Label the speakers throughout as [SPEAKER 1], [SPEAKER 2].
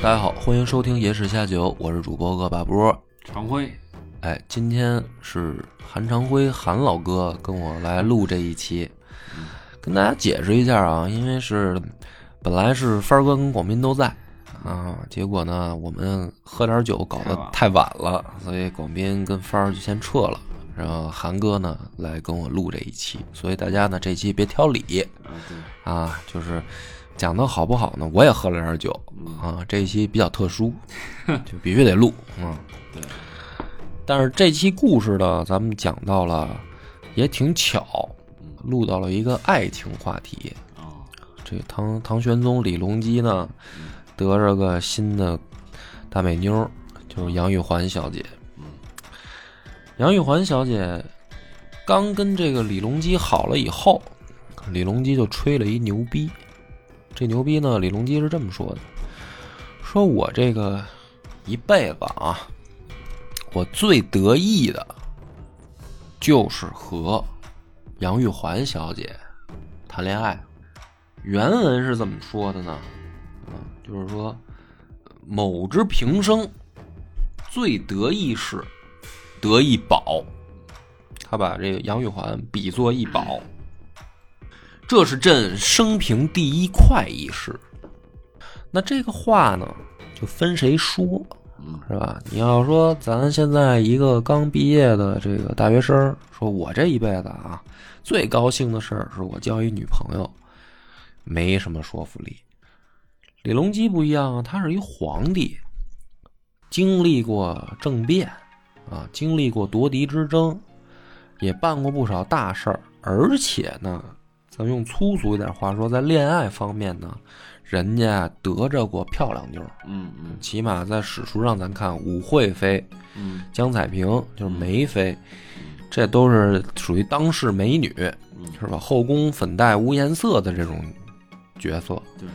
[SPEAKER 1] 大家好，欢迎收听《野史下酒》，我是主播恶霸波。
[SPEAKER 2] 常辉，
[SPEAKER 1] 哎，今天是韩长辉韩老哥跟我来录这一期，跟大家解释一下啊，因为是本来是帆儿哥跟广斌都在啊，结果呢我们喝点酒搞得太晚了，所以广斌跟帆儿就先撤了。然后韩哥呢来跟我录这一期，所以大家呢这期别挑理
[SPEAKER 2] 啊对，
[SPEAKER 1] 啊，就是讲的好不好呢？我也喝了点酒啊，这一期比较特殊，就必须得录啊。
[SPEAKER 2] 对，
[SPEAKER 1] 但是这期故事呢，咱们讲到了，也挺巧，录到了一个爱情话题。
[SPEAKER 2] 啊，
[SPEAKER 1] 这个唐唐玄宗李隆基呢，得着个新的大美妞儿，就是杨玉环小姐。嗯杨玉环小姐刚跟这个李隆基好了以后，李隆基就吹了一牛逼。这牛逼呢，李隆基是这么说的：“说我这个一辈子啊，我最得意的，就是和杨玉环小姐谈恋爱。”原文是怎么说的呢？啊，就是说，某之平生最得意是得一宝，他把这个杨玉环比作一宝，这是朕生平第一快意事。那这个话呢，就分谁说，是吧？你要说咱现在一个刚毕业的这个大学生，说我这一辈子啊，最高兴的事儿是我交一女朋友，没什么说服力。李隆基不一样啊，他是一皇帝，经历过政变，啊，经历过夺嫡之争，也办过不少大事儿，而且呢，咱们用粗俗一点话说，在恋爱方面呢，人家得着过漂亮妞儿，
[SPEAKER 2] 嗯嗯
[SPEAKER 1] 起码在史书上咱看武惠妃、
[SPEAKER 2] 嗯
[SPEAKER 1] 江彩萍就是梅妃，这都是属于当世美女，是吧？后宫粉黛无颜色的这种角色。
[SPEAKER 2] 对，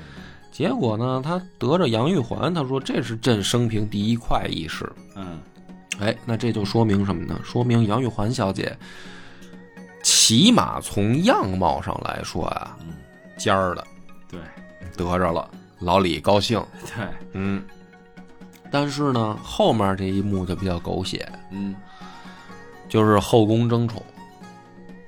[SPEAKER 1] 结果呢，他得着杨玉环，他说这是朕生平第一快意事。
[SPEAKER 2] 嗯
[SPEAKER 1] 哎，那这就说明什么呢？说明杨玉环小姐，起码从样貌上来说啊，
[SPEAKER 2] 嗯，
[SPEAKER 1] 尖儿的
[SPEAKER 2] 对
[SPEAKER 1] 得着了，老李高兴，
[SPEAKER 2] 对，
[SPEAKER 1] 嗯。但是呢，后面这一幕就比较狗血，
[SPEAKER 2] 嗯
[SPEAKER 1] 就是后宫争宠。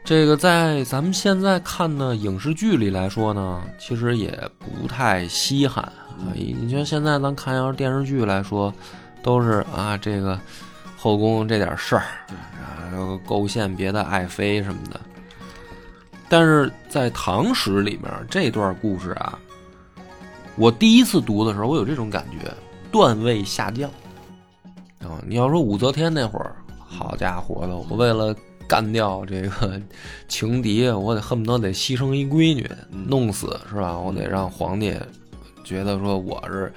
[SPEAKER 1] 这个在咱们现在看的影视剧里来说呢，其实也不太稀罕啊。你像现在咱看要是电视剧来说，都是啊这个后宫这点事儿，然后构陷别的爱妃什么的。但是在唐史里面这段故事啊，我第一次读的时候，我有这种感觉，段位下降。啊，你要说武则天那会儿，好家伙的，我为了干掉这个 情敌，我得恨不得得牺牲一闺女，
[SPEAKER 2] 嗯
[SPEAKER 1] 弄死是吧？我得让皇帝觉得说我是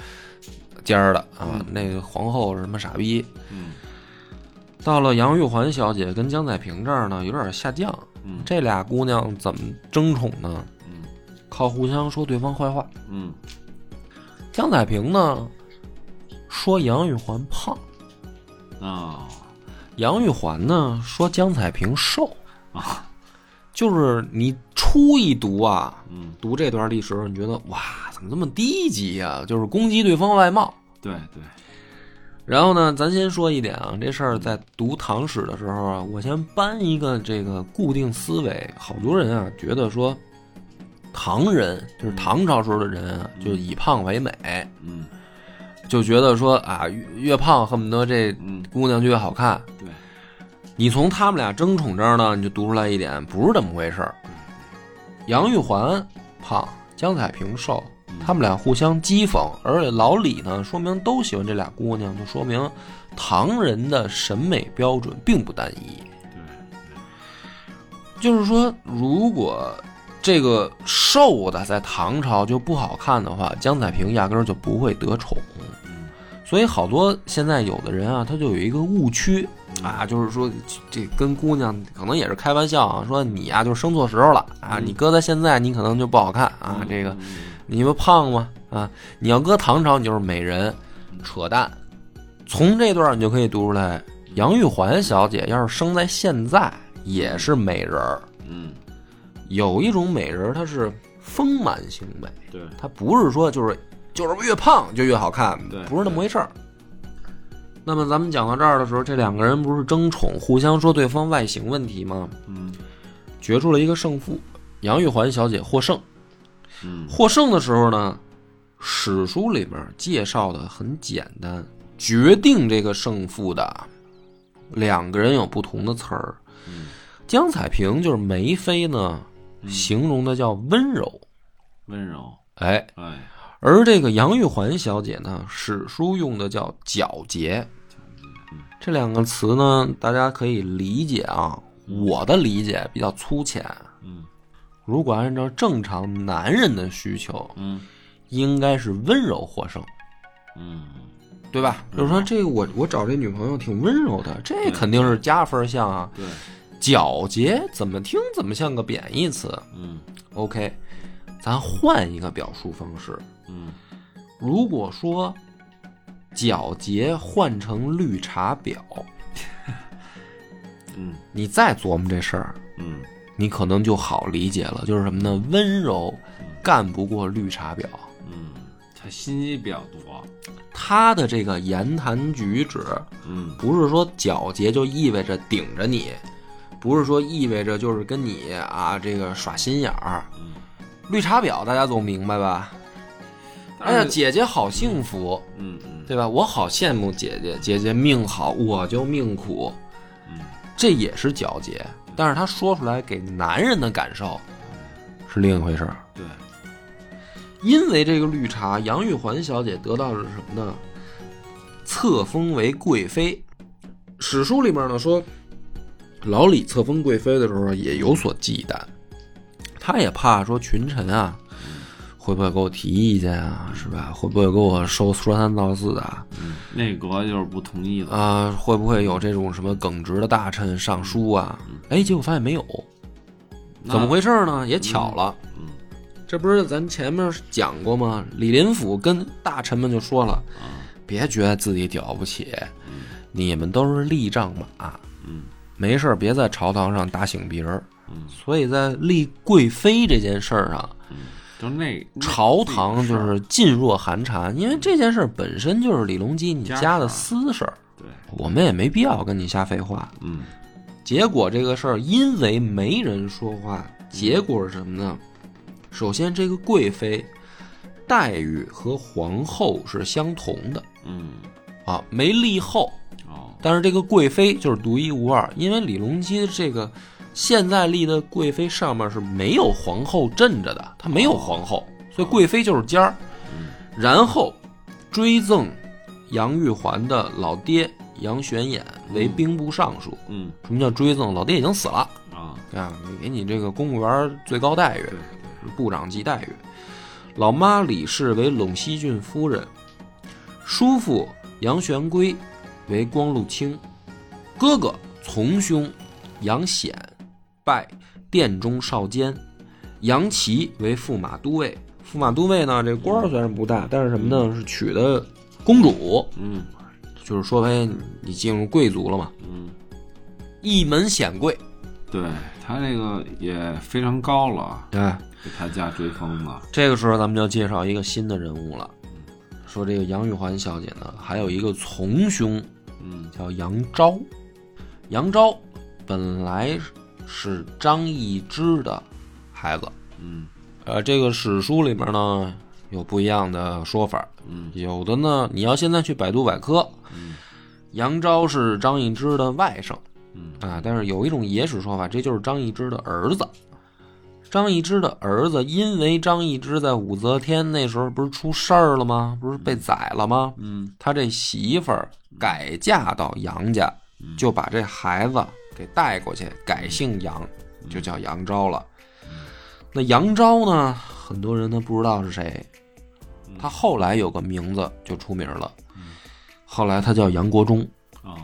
[SPEAKER 1] 尖儿的啊，那个皇后是什么傻逼。
[SPEAKER 2] 嗯
[SPEAKER 1] 到了杨玉环小姐跟江彩萍这儿呢，有点下降。
[SPEAKER 2] 嗯
[SPEAKER 1] 这俩姑娘怎么争宠呢？
[SPEAKER 2] 嗯
[SPEAKER 1] 靠互相说对方坏话。
[SPEAKER 2] 嗯
[SPEAKER 1] 江彩萍呢，说杨玉环胖；
[SPEAKER 2] 啊
[SPEAKER 1] 杨玉环呢，说江彩萍瘦。
[SPEAKER 2] 啊
[SPEAKER 1] 就是你初一读啊，
[SPEAKER 2] 嗯，
[SPEAKER 1] 读这段历史的时候，你觉得哇，怎么这么低级啊？就是攻击对方外貌。
[SPEAKER 2] 对对，
[SPEAKER 1] 然后呢，咱先说一点啊，这事儿在读唐史的时候啊，我先搬一个这个固定思维，好多人啊觉得说，唐人就是唐朝时候的人啊，就以胖为美，
[SPEAKER 2] 嗯
[SPEAKER 1] 就觉得说啊，越越胖恨不得这
[SPEAKER 2] 嗯
[SPEAKER 1] 姑娘就越好看。
[SPEAKER 2] 对，
[SPEAKER 1] 你从他们俩争宠这儿呢，你就读出来一点，不是这么回事儿。杨玉环胖，江彩萍瘦，他们俩互相讥讽，而且老李呢，说明都喜欢这俩姑娘，就说明唐人的审美标准并不单一。
[SPEAKER 2] 对
[SPEAKER 1] 就是说，如果这个瘦的在唐朝就不好看的话，江彩萍压根儿就不会得宠。
[SPEAKER 2] 嗯
[SPEAKER 1] 所以好多现在有的人啊，他就有一个误区啊，就是说这跟姑娘可能也是开玩笑啊，说你呀、就是生错时候了啊，
[SPEAKER 3] 嗯
[SPEAKER 1] 你搁在现在你可能就不好看啊，这个你们胖吗？啊，你要搁唐朝你就是美人，扯淡。从这段你就可以读出来，杨玉环小姐要是生在现在也是美人儿，
[SPEAKER 3] 嗯，
[SPEAKER 1] 有一种美人儿她是丰满型美。
[SPEAKER 3] 对，
[SPEAKER 1] 它不是说就是就是越胖就越好看，
[SPEAKER 3] 对
[SPEAKER 1] 不是那么回事儿。那么咱们讲到这儿的时候，这两个人不是争宠，互相说对方外形问题吗？
[SPEAKER 3] 嗯
[SPEAKER 1] 决出了一个胜负，杨玉环小姐获胜。
[SPEAKER 3] 嗯
[SPEAKER 1] 获胜的时候呢，史书里面介绍的很简单，决定这个胜负的两个人有不同的词儿。
[SPEAKER 3] 嗯
[SPEAKER 1] 江彩萍就是梅妃呢，形容的叫温柔，
[SPEAKER 3] 温柔，
[SPEAKER 1] 哎，
[SPEAKER 3] 哎，
[SPEAKER 1] 而这个杨玉环小姐呢，史书用的叫皎洁。这两个词呢，大家可以理解啊。我的理解比较粗浅。
[SPEAKER 3] 嗯
[SPEAKER 1] 如果按照正常男人的需求，
[SPEAKER 3] 嗯
[SPEAKER 1] 应该是温柔获胜，
[SPEAKER 3] 嗯，
[SPEAKER 1] 对吧？嗯就是说，这个我我找这女朋友挺温柔的，这肯定是加分项啊。
[SPEAKER 3] 对，
[SPEAKER 1] 皎洁怎么听怎么像个贬义词。
[SPEAKER 3] 嗯
[SPEAKER 1] OK，咱换一个表述方式，
[SPEAKER 3] 嗯
[SPEAKER 1] 如果说皎洁换成绿茶婊，
[SPEAKER 3] 嗯
[SPEAKER 1] 你再琢磨这事儿，
[SPEAKER 3] 嗯
[SPEAKER 1] 你可能就好理解了。就是什么呢？温柔干不过绿茶婊，
[SPEAKER 3] 嗯，他心机比较多，
[SPEAKER 1] 她的这个言谈举止，
[SPEAKER 3] 嗯
[SPEAKER 1] 不是说皎洁就意味着顶着你，不是说意味着就是跟你啊这个耍心眼儿。
[SPEAKER 3] 嗯，
[SPEAKER 1] 绿茶婊大家总明白吧？哎呀，姐姐好幸福。
[SPEAKER 3] 嗯嗯
[SPEAKER 1] 对吧？我好羡慕姐姐，姐姐命好，我就命苦。
[SPEAKER 3] 嗯，
[SPEAKER 1] 这也是皎洁，但是她说出来给男人的感受是另一回事儿。
[SPEAKER 3] 对，
[SPEAKER 1] 因为这个绿茶，杨玉环小姐得到的是什么呢？册封为贵妃。史书里面呢说，老李册封贵妃的时候啊也有所忌惮，他也怕说群臣啊，会不会给我提意见啊，是吧？会不会给我说说三道四的啊？
[SPEAKER 3] 嗯，内阁就是不同意了，
[SPEAKER 1] 啊、会不会有这种什么耿直的大臣上书啊？哎，结果发现没有，
[SPEAKER 3] 那
[SPEAKER 1] 怎么？回事呢？也巧了，
[SPEAKER 3] 嗯
[SPEAKER 1] 这不是咱前面讲过吗？李林甫跟大臣们就说了，
[SPEAKER 3] 啊，
[SPEAKER 1] 别觉得自己了不起，你们都是立仗马，
[SPEAKER 3] 嗯
[SPEAKER 1] 没事儿别在朝堂上打醒别人儿。
[SPEAKER 3] 嗯
[SPEAKER 1] 所以在立贵妃这件事儿上，
[SPEAKER 3] 嗯，就内
[SPEAKER 1] 朝堂就是噤若寒蝉，因为这件事儿本身就是李隆基你
[SPEAKER 3] 家
[SPEAKER 1] 家的
[SPEAKER 3] 事
[SPEAKER 1] 私事儿，
[SPEAKER 3] 对，
[SPEAKER 1] 我们也没必要跟你瞎废话。
[SPEAKER 3] 嗯
[SPEAKER 1] 结果这个事儿，因为没人说话，结果是什么呢？首先，这个贵妃待遇和皇后是相同的
[SPEAKER 3] 嗯，
[SPEAKER 1] 啊，没立后，
[SPEAKER 3] 哦，
[SPEAKER 1] 但是这个贵妃就是独一无二，因为李隆基这个现在立的贵妃上面是没有皇后镇着的，她没有皇后，所以贵妃就是尖儿。
[SPEAKER 3] 嗯
[SPEAKER 1] 然后追赠杨玉环的老爹杨玄衍为兵部尚书。
[SPEAKER 3] 嗯
[SPEAKER 1] 什么叫追赠？老爹已经死了。
[SPEAKER 3] 啊，
[SPEAKER 1] 啊，给你这个公务员最高待遇
[SPEAKER 3] 对，
[SPEAKER 1] 部长级待遇。老妈李氏为陇西郡夫人，叔父杨玄圭为光禄卿，哥哥从兄杨显拜殿中少监，杨琦为驸马都尉。驸马都尉呢，这官儿虽然不大，但是什么呢？是娶的公主，
[SPEAKER 3] 嗯
[SPEAKER 1] 就是说白，你进入贵族了嘛，
[SPEAKER 3] 嗯。
[SPEAKER 1] 一门显贵。
[SPEAKER 3] 对他这个也非常高了，
[SPEAKER 1] 哎，
[SPEAKER 3] 给他家追风了。
[SPEAKER 1] 这个时候，咱们就介绍一个新的人物了。说这个杨玉环小姐呢，还有一个从兄
[SPEAKER 3] 嗯
[SPEAKER 1] 叫杨昭。杨昭本来是张易之的孩子，
[SPEAKER 3] 嗯
[SPEAKER 1] 呃，这个史书里面呢有不一样的说法，
[SPEAKER 3] 嗯
[SPEAKER 1] 有的呢，你要现在去百度百科，
[SPEAKER 3] 嗯
[SPEAKER 1] 杨昭是张易之的外甥
[SPEAKER 3] 嗯
[SPEAKER 1] 啊，但是有一种野史说法，这就是张易之的儿子。张易之的儿子，因为张易之在武则天那时候不是出事儿了吗？不是被宰了吗？
[SPEAKER 3] 嗯
[SPEAKER 1] 他这媳妇儿改嫁到杨家，就把这孩子给带过去，改姓杨，就叫杨昭了。那杨昭呢，很多人他不知道是谁，他后来有个名字就出名了，后来他叫杨国忠。
[SPEAKER 3] 哦，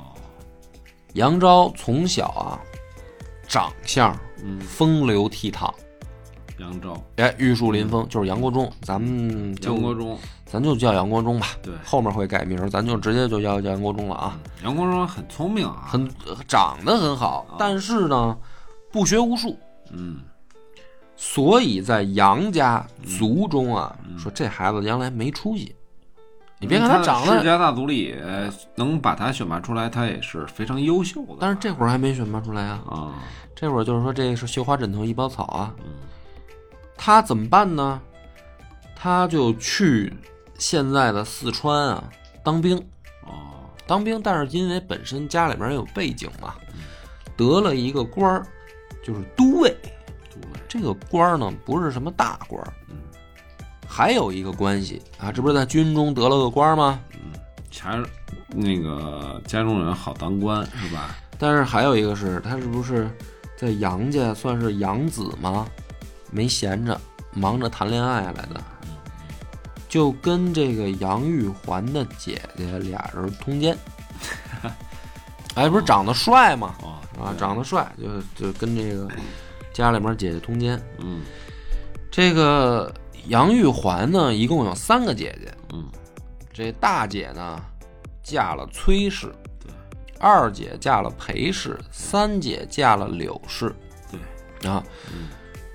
[SPEAKER 1] 杨昭从小啊，长相
[SPEAKER 3] 嗯，
[SPEAKER 1] 风流倜傥，
[SPEAKER 3] 扬州，
[SPEAKER 1] 哎，玉树临风，就是杨国忠，咱们就
[SPEAKER 3] 嗯杨国忠，
[SPEAKER 1] 咱就叫杨国忠吧，
[SPEAKER 3] 对，
[SPEAKER 1] 后面会改名儿，咱就直接就叫叫杨国忠了啊。
[SPEAKER 3] 杨国忠很聪明啊，
[SPEAKER 1] 很长得很好
[SPEAKER 3] 啊，
[SPEAKER 1] 但是呢，不学无术，
[SPEAKER 3] 嗯
[SPEAKER 1] 所以在杨家族中啊，说这孩子将来没出息。你别看
[SPEAKER 3] 嗯他
[SPEAKER 1] 他长
[SPEAKER 3] 世
[SPEAKER 1] 得，
[SPEAKER 3] 家大族里呃能把他选拔出来，他也是非常优秀的。
[SPEAKER 1] 但是这会儿还没选拔出来啊。
[SPEAKER 3] 啊，
[SPEAKER 1] 这会儿就是说这是绣花枕头一包草啊，
[SPEAKER 3] 嗯
[SPEAKER 1] 他怎么办呢？他就去现在的四川啊当兵，
[SPEAKER 3] 哦，
[SPEAKER 1] 当兵，但是因为本身家里边有背景嘛，得了一个官儿，就是都尉。
[SPEAKER 3] 杜伟，
[SPEAKER 1] 这个官儿呢，不是什么大官儿
[SPEAKER 3] 嗯，
[SPEAKER 1] 还有一个关系啊，这不是在军中得了个官儿吗？
[SPEAKER 3] 家那个家中人好当官是吧？
[SPEAKER 1] 但是还有一个是，他是不是在杨家算是养子吗？没闲着，忙着谈恋爱来的，就跟这个杨玉环的姐姐俩人通奸。哎，不是长得帅吗？
[SPEAKER 3] 哦
[SPEAKER 1] 啊，长得帅，就就跟这个家里面姐姐通奸。
[SPEAKER 3] 嗯
[SPEAKER 1] 这个杨玉环呢，一共有三个姐姐。
[SPEAKER 3] 嗯
[SPEAKER 1] 这大姐呢，嫁了崔氏；
[SPEAKER 3] 对
[SPEAKER 1] 二姐嫁了裴氏；三姐嫁了柳氏。
[SPEAKER 3] 对，
[SPEAKER 1] 啊，
[SPEAKER 3] 嗯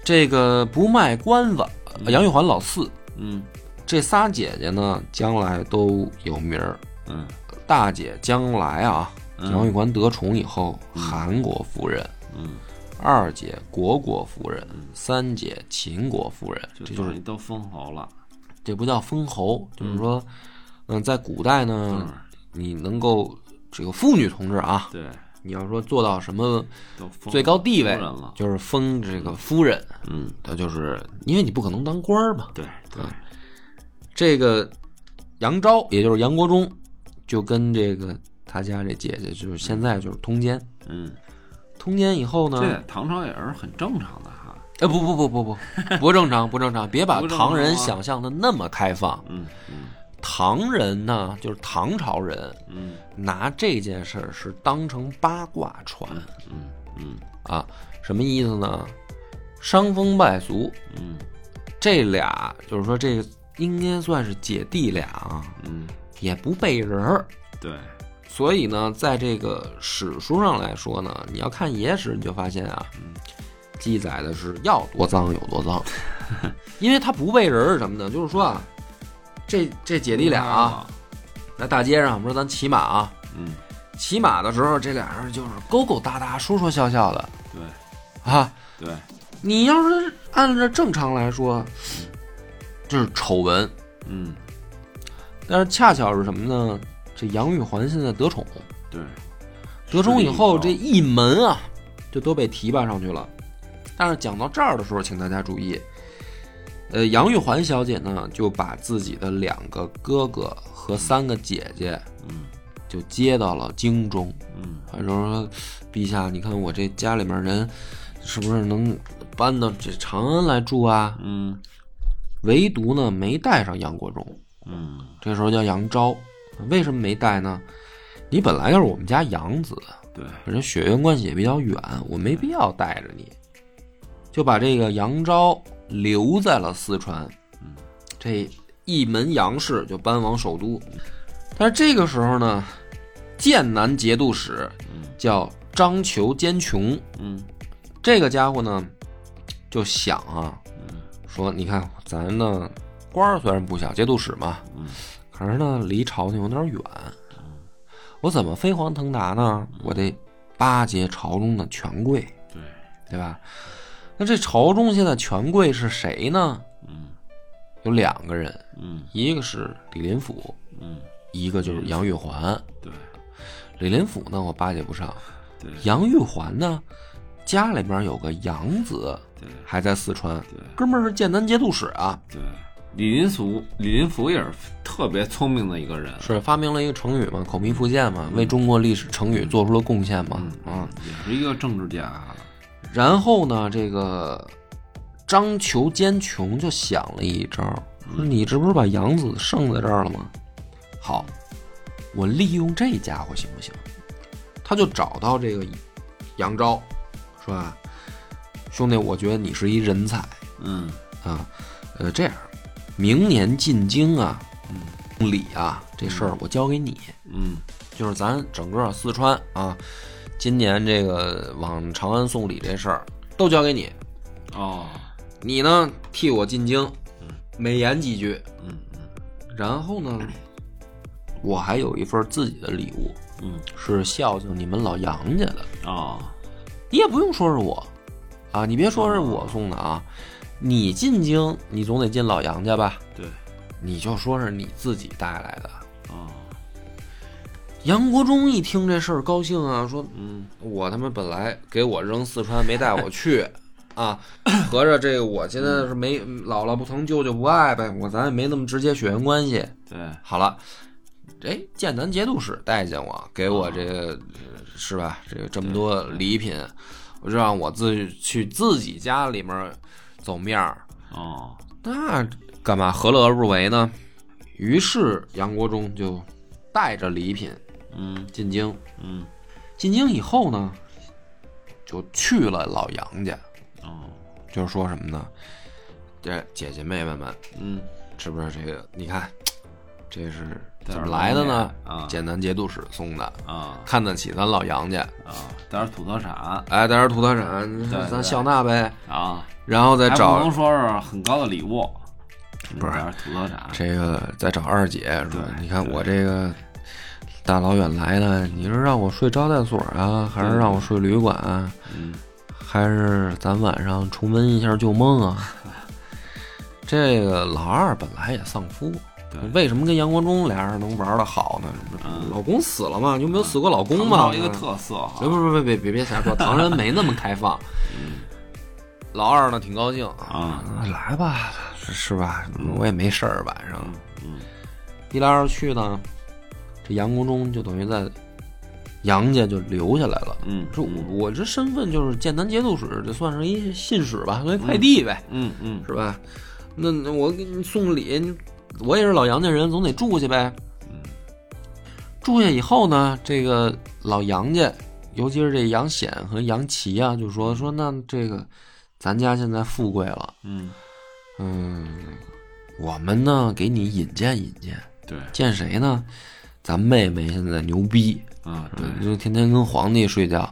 [SPEAKER 1] 这个不卖关子，呃杨玉环老四。
[SPEAKER 3] 嗯
[SPEAKER 1] 这仨姐姐呢，将来都有名儿。
[SPEAKER 3] 嗯
[SPEAKER 1] 大姐将来啊，
[SPEAKER 3] 嗯
[SPEAKER 1] 杨玉环得宠以后，韩国夫人；
[SPEAKER 3] 嗯，
[SPEAKER 1] 二姐虢国夫人；三姐秦国夫人。
[SPEAKER 3] 就
[SPEAKER 1] 这就
[SPEAKER 3] 等
[SPEAKER 1] 是
[SPEAKER 3] 于都封侯了，
[SPEAKER 1] 这不叫封侯，就是说，嗯、在古代呢，
[SPEAKER 3] 嗯
[SPEAKER 1] 你能够这个妇女同志啊，
[SPEAKER 3] 对，
[SPEAKER 1] 你要说做到什么
[SPEAKER 3] 都封
[SPEAKER 1] 最高地位
[SPEAKER 3] 夫人了，，
[SPEAKER 1] 就是封这个夫人，
[SPEAKER 3] 嗯，
[SPEAKER 1] 那就是因为你不可能当官儿嘛。
[SPEAKER 3] 对对，
[SPEAKER 1] 这个杨昭，也就是杨国忠，就跟这个他家这姐姐，就是现在就是通奸。
[SPEAKER 3] 嗯，
[SPEAKER 1] 通奸以后呢
[SPEAKER 3] 这，在唐朝也是很正常的哈，
[SPEAKER 1] 哎，不不不不不，不正常，不正常，别把
[SPEAKER 3] 不正常啊
[SPEAKER 1] 唐人想象的那么开放。
[SPEAKER 3] 嗯嗯
[SPEAKER 1] 唐人呢，就是唐朝人，
[SPEAKER 3] 嗯
[SPEAKER 1] 拿这件事儿是当成八卦传
[SPEAKER 3] 嗯嗯
[SPEAKER 1] 啊，什么意思呢？伤风败俗，
[SPEAKER 3] 嗯
[SPEAKER 1] 这俩就是说这应该算是姐弟俩啊，
[SPEAKER 3] 嗯，
[SPEAKER 1] 也不背人儿。
[SPEAKER 3] 对，
[SPEAKER 1] 所以呢，在这个史书上来说呢，你要看野史，你就发现啊，记载的是要多脏有多脏，因为他不背人儿什么的，就是说啊，这这姐弟俩啊，，在大街上，比如说咱骑马啊，
[SPEAKER 3] 嗯
[SPEAKER 1] 骑马的时候，这俩人就是勾勾搭搭、说说笑笑的
[SPEAKER 3] 对
[SPEAKER 1] 啊。
[SPEAKER 3] 对，
[SPEAKER 1] 你要是按照正常来说，这是丑闻，
[SPEAKER 3] 嗯
[SPEAKER 1] 但是恰巧是什么呢？这杨玉环现在得宠，
[SPEAKER 3] 对，
[SPEAKER 1] 得宠以后这
[SPEAKER 3] 实力
[SPEAKER 1] 一门啊，就都被提拔上去了。但是讲到这儿的时候，请大家注意，呃，杨玉环小姐呢，就把自己的两个哥哥和三个姐姐
[SPEAKER 3] 高，嗯
[SPEAKER 1] 就接到了京中，
[SPEAKER 3] 嗯
[SPEAKER 1] 还说陛下，你看我这家里面人是不是能搬到这长安来住啊？
[SPEAKER 3] 嗯
[SPEAKER 1] 唯独呢没带上杨国忠，
[SPEAKER 3] 嗯，
[SPEAKER 1] 这时候叫杨昭，为什么没带呢？你本来就是我们家养子，
[SPEAKER 3] 对，
[SPEAKER 1] 反正血缘关系也比较远，我没必要带着你，就把这个杨昭留在了四川。
[SPEAKER 3] 嗯，
[SPEAKER 1] 这一门杨氏就搬往首都，但是这个时候呢，剑南节度使
[SPEAKER 3] 嗯
[SPEAKER 1] 叫张求坚琼，
[SPEAKER 3] 嗯
[SPEAKER 1] 这个家伙呢，就想啊，
[SPEAKER 3] 嗯
[SPEAKER 1] 说你看咱呢官儿虽然不小，节度使嘛，
[SPEAKER 3] 嗯
[SPEAKER 1] 可是呢离朝廷有点远，我怎么飞黄腾达呢？我得巴结朝中的权贵，
[SPEAKER 3] 嗯对，
[SPEAKER 1] 对吧？那这朝中现在权贵是谁呢？
[SPEAKER 3] 嗯
[SPEAKER 1] 有两个人，
[SPEAKER 3] 嗯
[SPEAKER 1] 一个是李林甫，
[SPEAKER 3] 嗯
[SPEAKER 1] 一个就是杨玉环。
[SPEAKER 3] 对
[SPEAKER 1] 李林甫呢，我巴结不上；
[SPEAKER 3] 对
[SPEAKER 1] 杨玉环呢，家里边有个养子，
[SPEAKER 3] 对
[SPEAKER 1] 还在四川。
[SPEAKER 3] 对。
[SPEAKER 1] 哥们儿是剑南节度使啊，
[SPEAKER 3] 对，李林甫，李林甫也是特别聪明的一个人，
[SPEAKER 1] 是发明了一个成语嘛，口蜜腹剑嘛，为中国历史成语做出了贡献嘛
[SPEAKER 3] 嗯
[SPEAKER 1] 啊。
[SPEAKER 3] 也是一个政治家。
[SPEAKER 1] 然后呢，这个张求坚琼就想
[SPEAKER 3] 嗯
[SPEAKER 1] 了一招，说你这不是把养子剩在这儿了吗？好，我利用这家伙行不行？他就找到这个杨昭，说啊，兄弟，我觉得你是一人才
[SPEAKER 3] 嗯
[SPEAKER 1] 啊，呃，这样，明年进京啊，嗯，礼啊，这事儿我交给你，
[SPEAKER 3] 嗯
[SPEAKER 1] 就是咱整个四川啊，今年这个往长安送礼这事儿都交给你，
[SPEAKER 3] 哦
[SPEAKER 1] 你呢替我进京，美言几句，
[SPEAKER 3] 嗯
[SPEAKER 1] 然后呢，我还有一份自己的礼物，
[SPEAKER 3] 嗯
[SPEAKER 1] 是孝敬你们老杨家的，
[SPEAKER 3] 哦
[SPEAKER 1] 你也不用说是我，啊，你别说是我送的啊，你进京你总得进老杨家吧，
[SPEAKER 3] 对
[SPEAKER 1] 你就说是你自己带来的。
[SPEAKER 3] 哦
[SPEAKER 1] 杨国忠一听这事儿高兴啊，说
[SPEAKER 3] 嗯
[SPEAKER 1] 我他妈本来给我扔四川没带我去啊，合着这个我现在是没姥姥不疼舅舅不爱呗，我咱也没那么直接血缘关系。
[SPEAKER 3] 对
[SPEAKER 1] 好了，哎，剑南节度使待见我，给
[SPEAKER 3] 啊
[SPEAKER 1] 我这个、呃是吧？这个这么多礼品，我就让我自己去自己家里面走面儿，
[SPEAKER 3] 哦
[SPEAKER 1] 那干嘛何乐而不为呢？于是杨国忠就带着礼品
[SPEAKER 3] 嗯
[SPEAKER 1] 进京。
[SPEAKER 3] 嗯
[SPEAKER 1] 进京以后呢，就去了老杨家，
[SPEAKER 3] 哦
[SPEAKER 1] 就是说什么呢？这姐姐妹妹们，
[SPEAKER 3] 嗯
[SPEAKER 1] 是不是这个？你看，这是
[SPEAKER 3] 在这
[SPEAKER 1] 怎么
[SPEAKER 3] 儿
[SPEAKER 1] 来的呢？
[SPEAKER 3] 弄的啊
[SPEAKER 1] 简南节度使送的，
[SPEAKER 3] 啊
[SPEAKER 1] 看得起咱老杨家，
[SPEAKER 3] 啊，但是土特产啊，
[SPEAKER 1] 哎，在这儿土特产，
[SPEAKER 3] 对
[SPEAKER 1] 咱笑纳呗。然后再
[SPEAKER 3] 啊还不
[SPEAKER 1] 找
[SPEAKER 3] 能说是很高的礼物，
[SPEAKER 1] 不是
[SPEAKER 3] 但是土特产，
[SPEAKER 1] 这个再找二姐说
[SPEAKER 3] 对，
[SPEAKER 1] 你看
[SPEAKER 3] 对
[SPEAKER 1] 我这个大老远来的，你是让我睡招待所啊，还是
[SPEAKER 3] 对
[SPEAKER 1] 让我睡旅馆啊，
[SPEAKER 3] 嗯
[SPEAKER 1] 还是咱晚上重温一下旧梦 啊？这个老二本来也丧夫，啊
[SPEAKER 3] 对，
[SPEAKER 1] 为什么跟杨国忠俩人能玩的好呢？
[SPEAKER 3] 嗯
[SPEAKER 1] 老公死了嘛，你有没有死过老公
[SPEAKER 3] 尝
[SPEAKER 1] 嘛？
[SPEAKER 3] 到一个特色哈
[SPEAKER 1] 别，别别别别别瞎说，唐人没那么开放。嗯老二呢，挺高兴啊，
[SPEAKER 3] 啊
[SPEAKER 1] 来吧，是是吧？我也没事儿，晚上。
[SPEAKER 3] 嗯
[SPEAKER 1] 一来二去呢，这杨国忠就等于在杨家就留下来了。
[SPEAKER 3] 嗯
[SPEAKER 1] 说我我这身份就是剑南节度使，这算是一信使吧，算一快递呗，
[SPEAKER 3] 嗯嗯
[SPEAKER 1] 是吧？那那我给你送礼，你我也是老杨家人，总得住下呗。
[SPEAKER 3] 嗯
[SPEAKER 1] 住下以后呢，这个老杨家，尤其是这杨显和杨琦啊，就说说那这个咱家现在富贵了，
[SPEAKER 3] 嗯，
[SPEAKER 1] 嗯，我们呢给你引荐引荐，
[SPEAKER 3] 对，
[SPEAKER 1] 见谁呢？咱妹妹现在牛逼，
[SPEAKER 3] 啊对
[SPEAKER 1] 嗯就天天跟皇帝睡觉。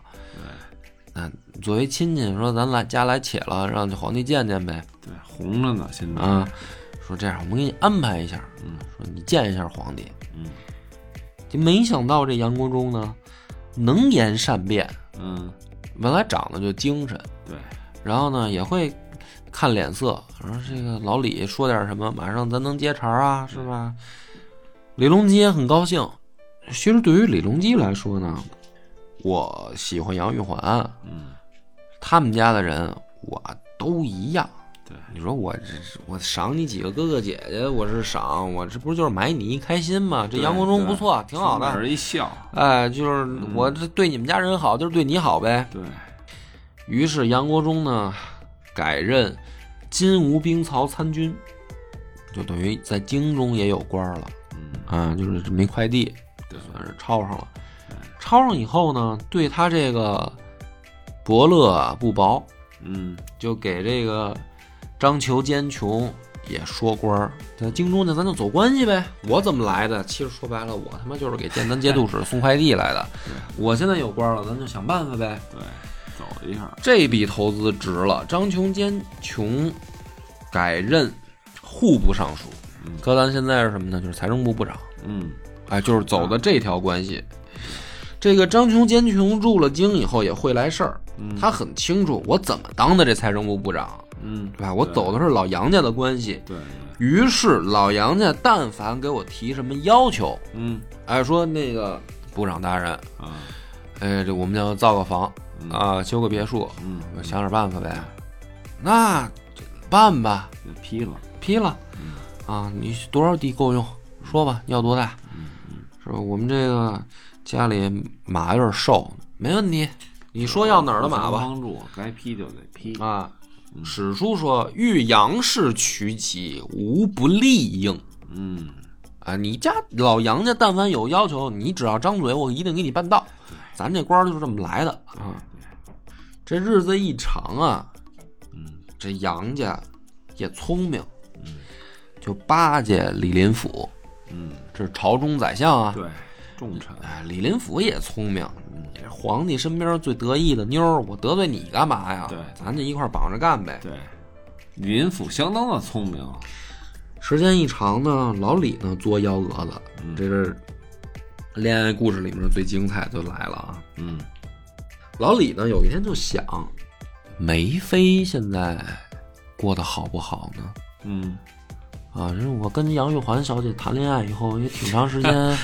[SPEAKER 1] 那作为亲戚，说咱来家来且了，让皇帝见见呗。
[SPEAKER 3] 对，红着呢现在，
[SPEAKER 1] 啊，说这样，我们给你安排一下，
[SPEAKER 3] 嗯
[SPEAKER 1] 说你见一下皇帝。
[SPEAKER 3] 嗯
[SPEAKER 1] 就没想到这杨国忠呢，能言善辩，
[SPEAKER 3] 嗯
[SPEAKER 1] 本来长得就精神，
[SPEAKER 3] 对，
[SPEAKER 1] 然后呢也会看脸色。然后这个老李说点什么，马上咱能接茬啊，是吧？李隆基也很高兴。其实对于李隆基来说呢，我喜欢杨玉环，
[SPEAKER 3] 嗯
[SPEAKER 1] 他们家的人我都一样。
[SPEAKER 3] 对，
[SPEAKER 1] 你说我这是我赏你几个哥哥姐姐，我是赏，我这不就是买你一开心吗？这
[SPEAKER 3] 对
[SPEAKER 1] 杨国忠
[SPEAKER 3] 对
[SPEAKER 1] 不错，挺好
[SPEAKER 3] 冲
[SPEAKER 1] 的。
[SPEAKER 3] 着一笑，
[SPEAKER 1] 哎，就是我这对你们家人好，就是对你好呗。
[SPEAKER 3] 对，
[SPEAKER 1] 于是杨国忠呢，改任金吾兵曹参军，就等于在京中也有官儿了
[SPEAKER 3] 嗯
[SPEAKER 1] 啊，就是这么一快递，
[SPEAKER 3] 对
[SPEAKER 1] 算是抄上了。抄上以后呢，对他这个伯乐啊不薄，
[SPEAKER 3] 嗯
[SPEAKER 1] 就给这个张求奸穷也说官儿，在京中呢，咱就走关系呗。我怎么来的？其实说白了，我他妈就是给建 南节度使送快递来的。我现在有官儿了，咱就想办法呗。
[SPEAKER 3] 对，走一下，
[SPEAKER 1] 这笔投资值了。张琼坚琼改任户部尚书
[SPEAKER 3] 嗯，
[SPEAKER 1] 搁咱现在是什么呢？就是财政部部长。
[SPEAKER 3] 嗯
[SPEAKER 1] 哎，就是走的这条关系。这个张琼坚琼入了京以后也会来事儿，
[SPEAKER 3] 嗯
[SPEAKER 1] 他很清楚我怎么当的这财政部部长，
[SPEAKER 3] 嗯
[SPEAKER 1] 对吧？我走的是老杨家的关系。
[SPEAKER 3] 对对，
[SPEAKER 1] 于是老杨家但凡给我提什么要求，
[SPEAKER 3] 嗯
[SPEAKER 1] 哎，说那个部长大人，
[SPEAKER 3] 啊
[SPEAKER 1] 哎，这我们要造个房啊，修个别墅，
[SPEAKER 3] 嗯，
[SPEAKER 1] 我想点办法呗。那这办吧，
[SPEAKER 3] 就批了，
[SPEAKER 1] 批了，啊，你多少地够用？说吧，要多大？是吧？我们这个家里马有点瘦，没问题。你说要哪儿的马
[SPEAKER 3] 互相
[SPEAKER 1] 吧？
[SPEAKER 3] 帮助该批就得批，
[SPEAKER 1] 啊，史书说欲杨氏取己，无不利应。
[SPEAKER 3] 嗯
[SPEAKER 1] 啊，你家老杨家但凡有要求，你只要张嘴，我一定给你办到。咱这官儿就是这么来的啊。这日子一长啊，
[SPEAKER 3] 嗯
[SPEAKER 1] 这杨家也聪明，
[SPEAKER 3] 嗯
[SPEAKER 1] 就巴结李林甫，
[SPEAKER 3] 嗯，
[SPEAKER 1] 这是朝中宰相啊。
[SPEAKER 3] 对，重臣，
[SPEAKER 1] 哎，李林甫也聪明，这皇帝身边最得意的妞儿，我得罪你干嘛呀？
[SPEAKER 3] 对
[SPEAKER 1] 咱就一块儿绑着干呗。
[SPEAKER 3] 对，李林甫相当的聪明，
[SPEAKER 1] 时间一长呢，老李呢作幺蛾子，
[SPEAKER 3] 嗯
[SPEAKER 1] 这是恋爱故事里面最精彩就来了啊。
[SPEAKER 3] 嗯
[SPEAKER 1] 老李呢有一天就想，梅妃现在过得好不好呢？
[SPEAKER 3] 嗯
[SPEAKER 1] 啊，这我跟杨玉环小姐谈恋爱以后，也挺长 时间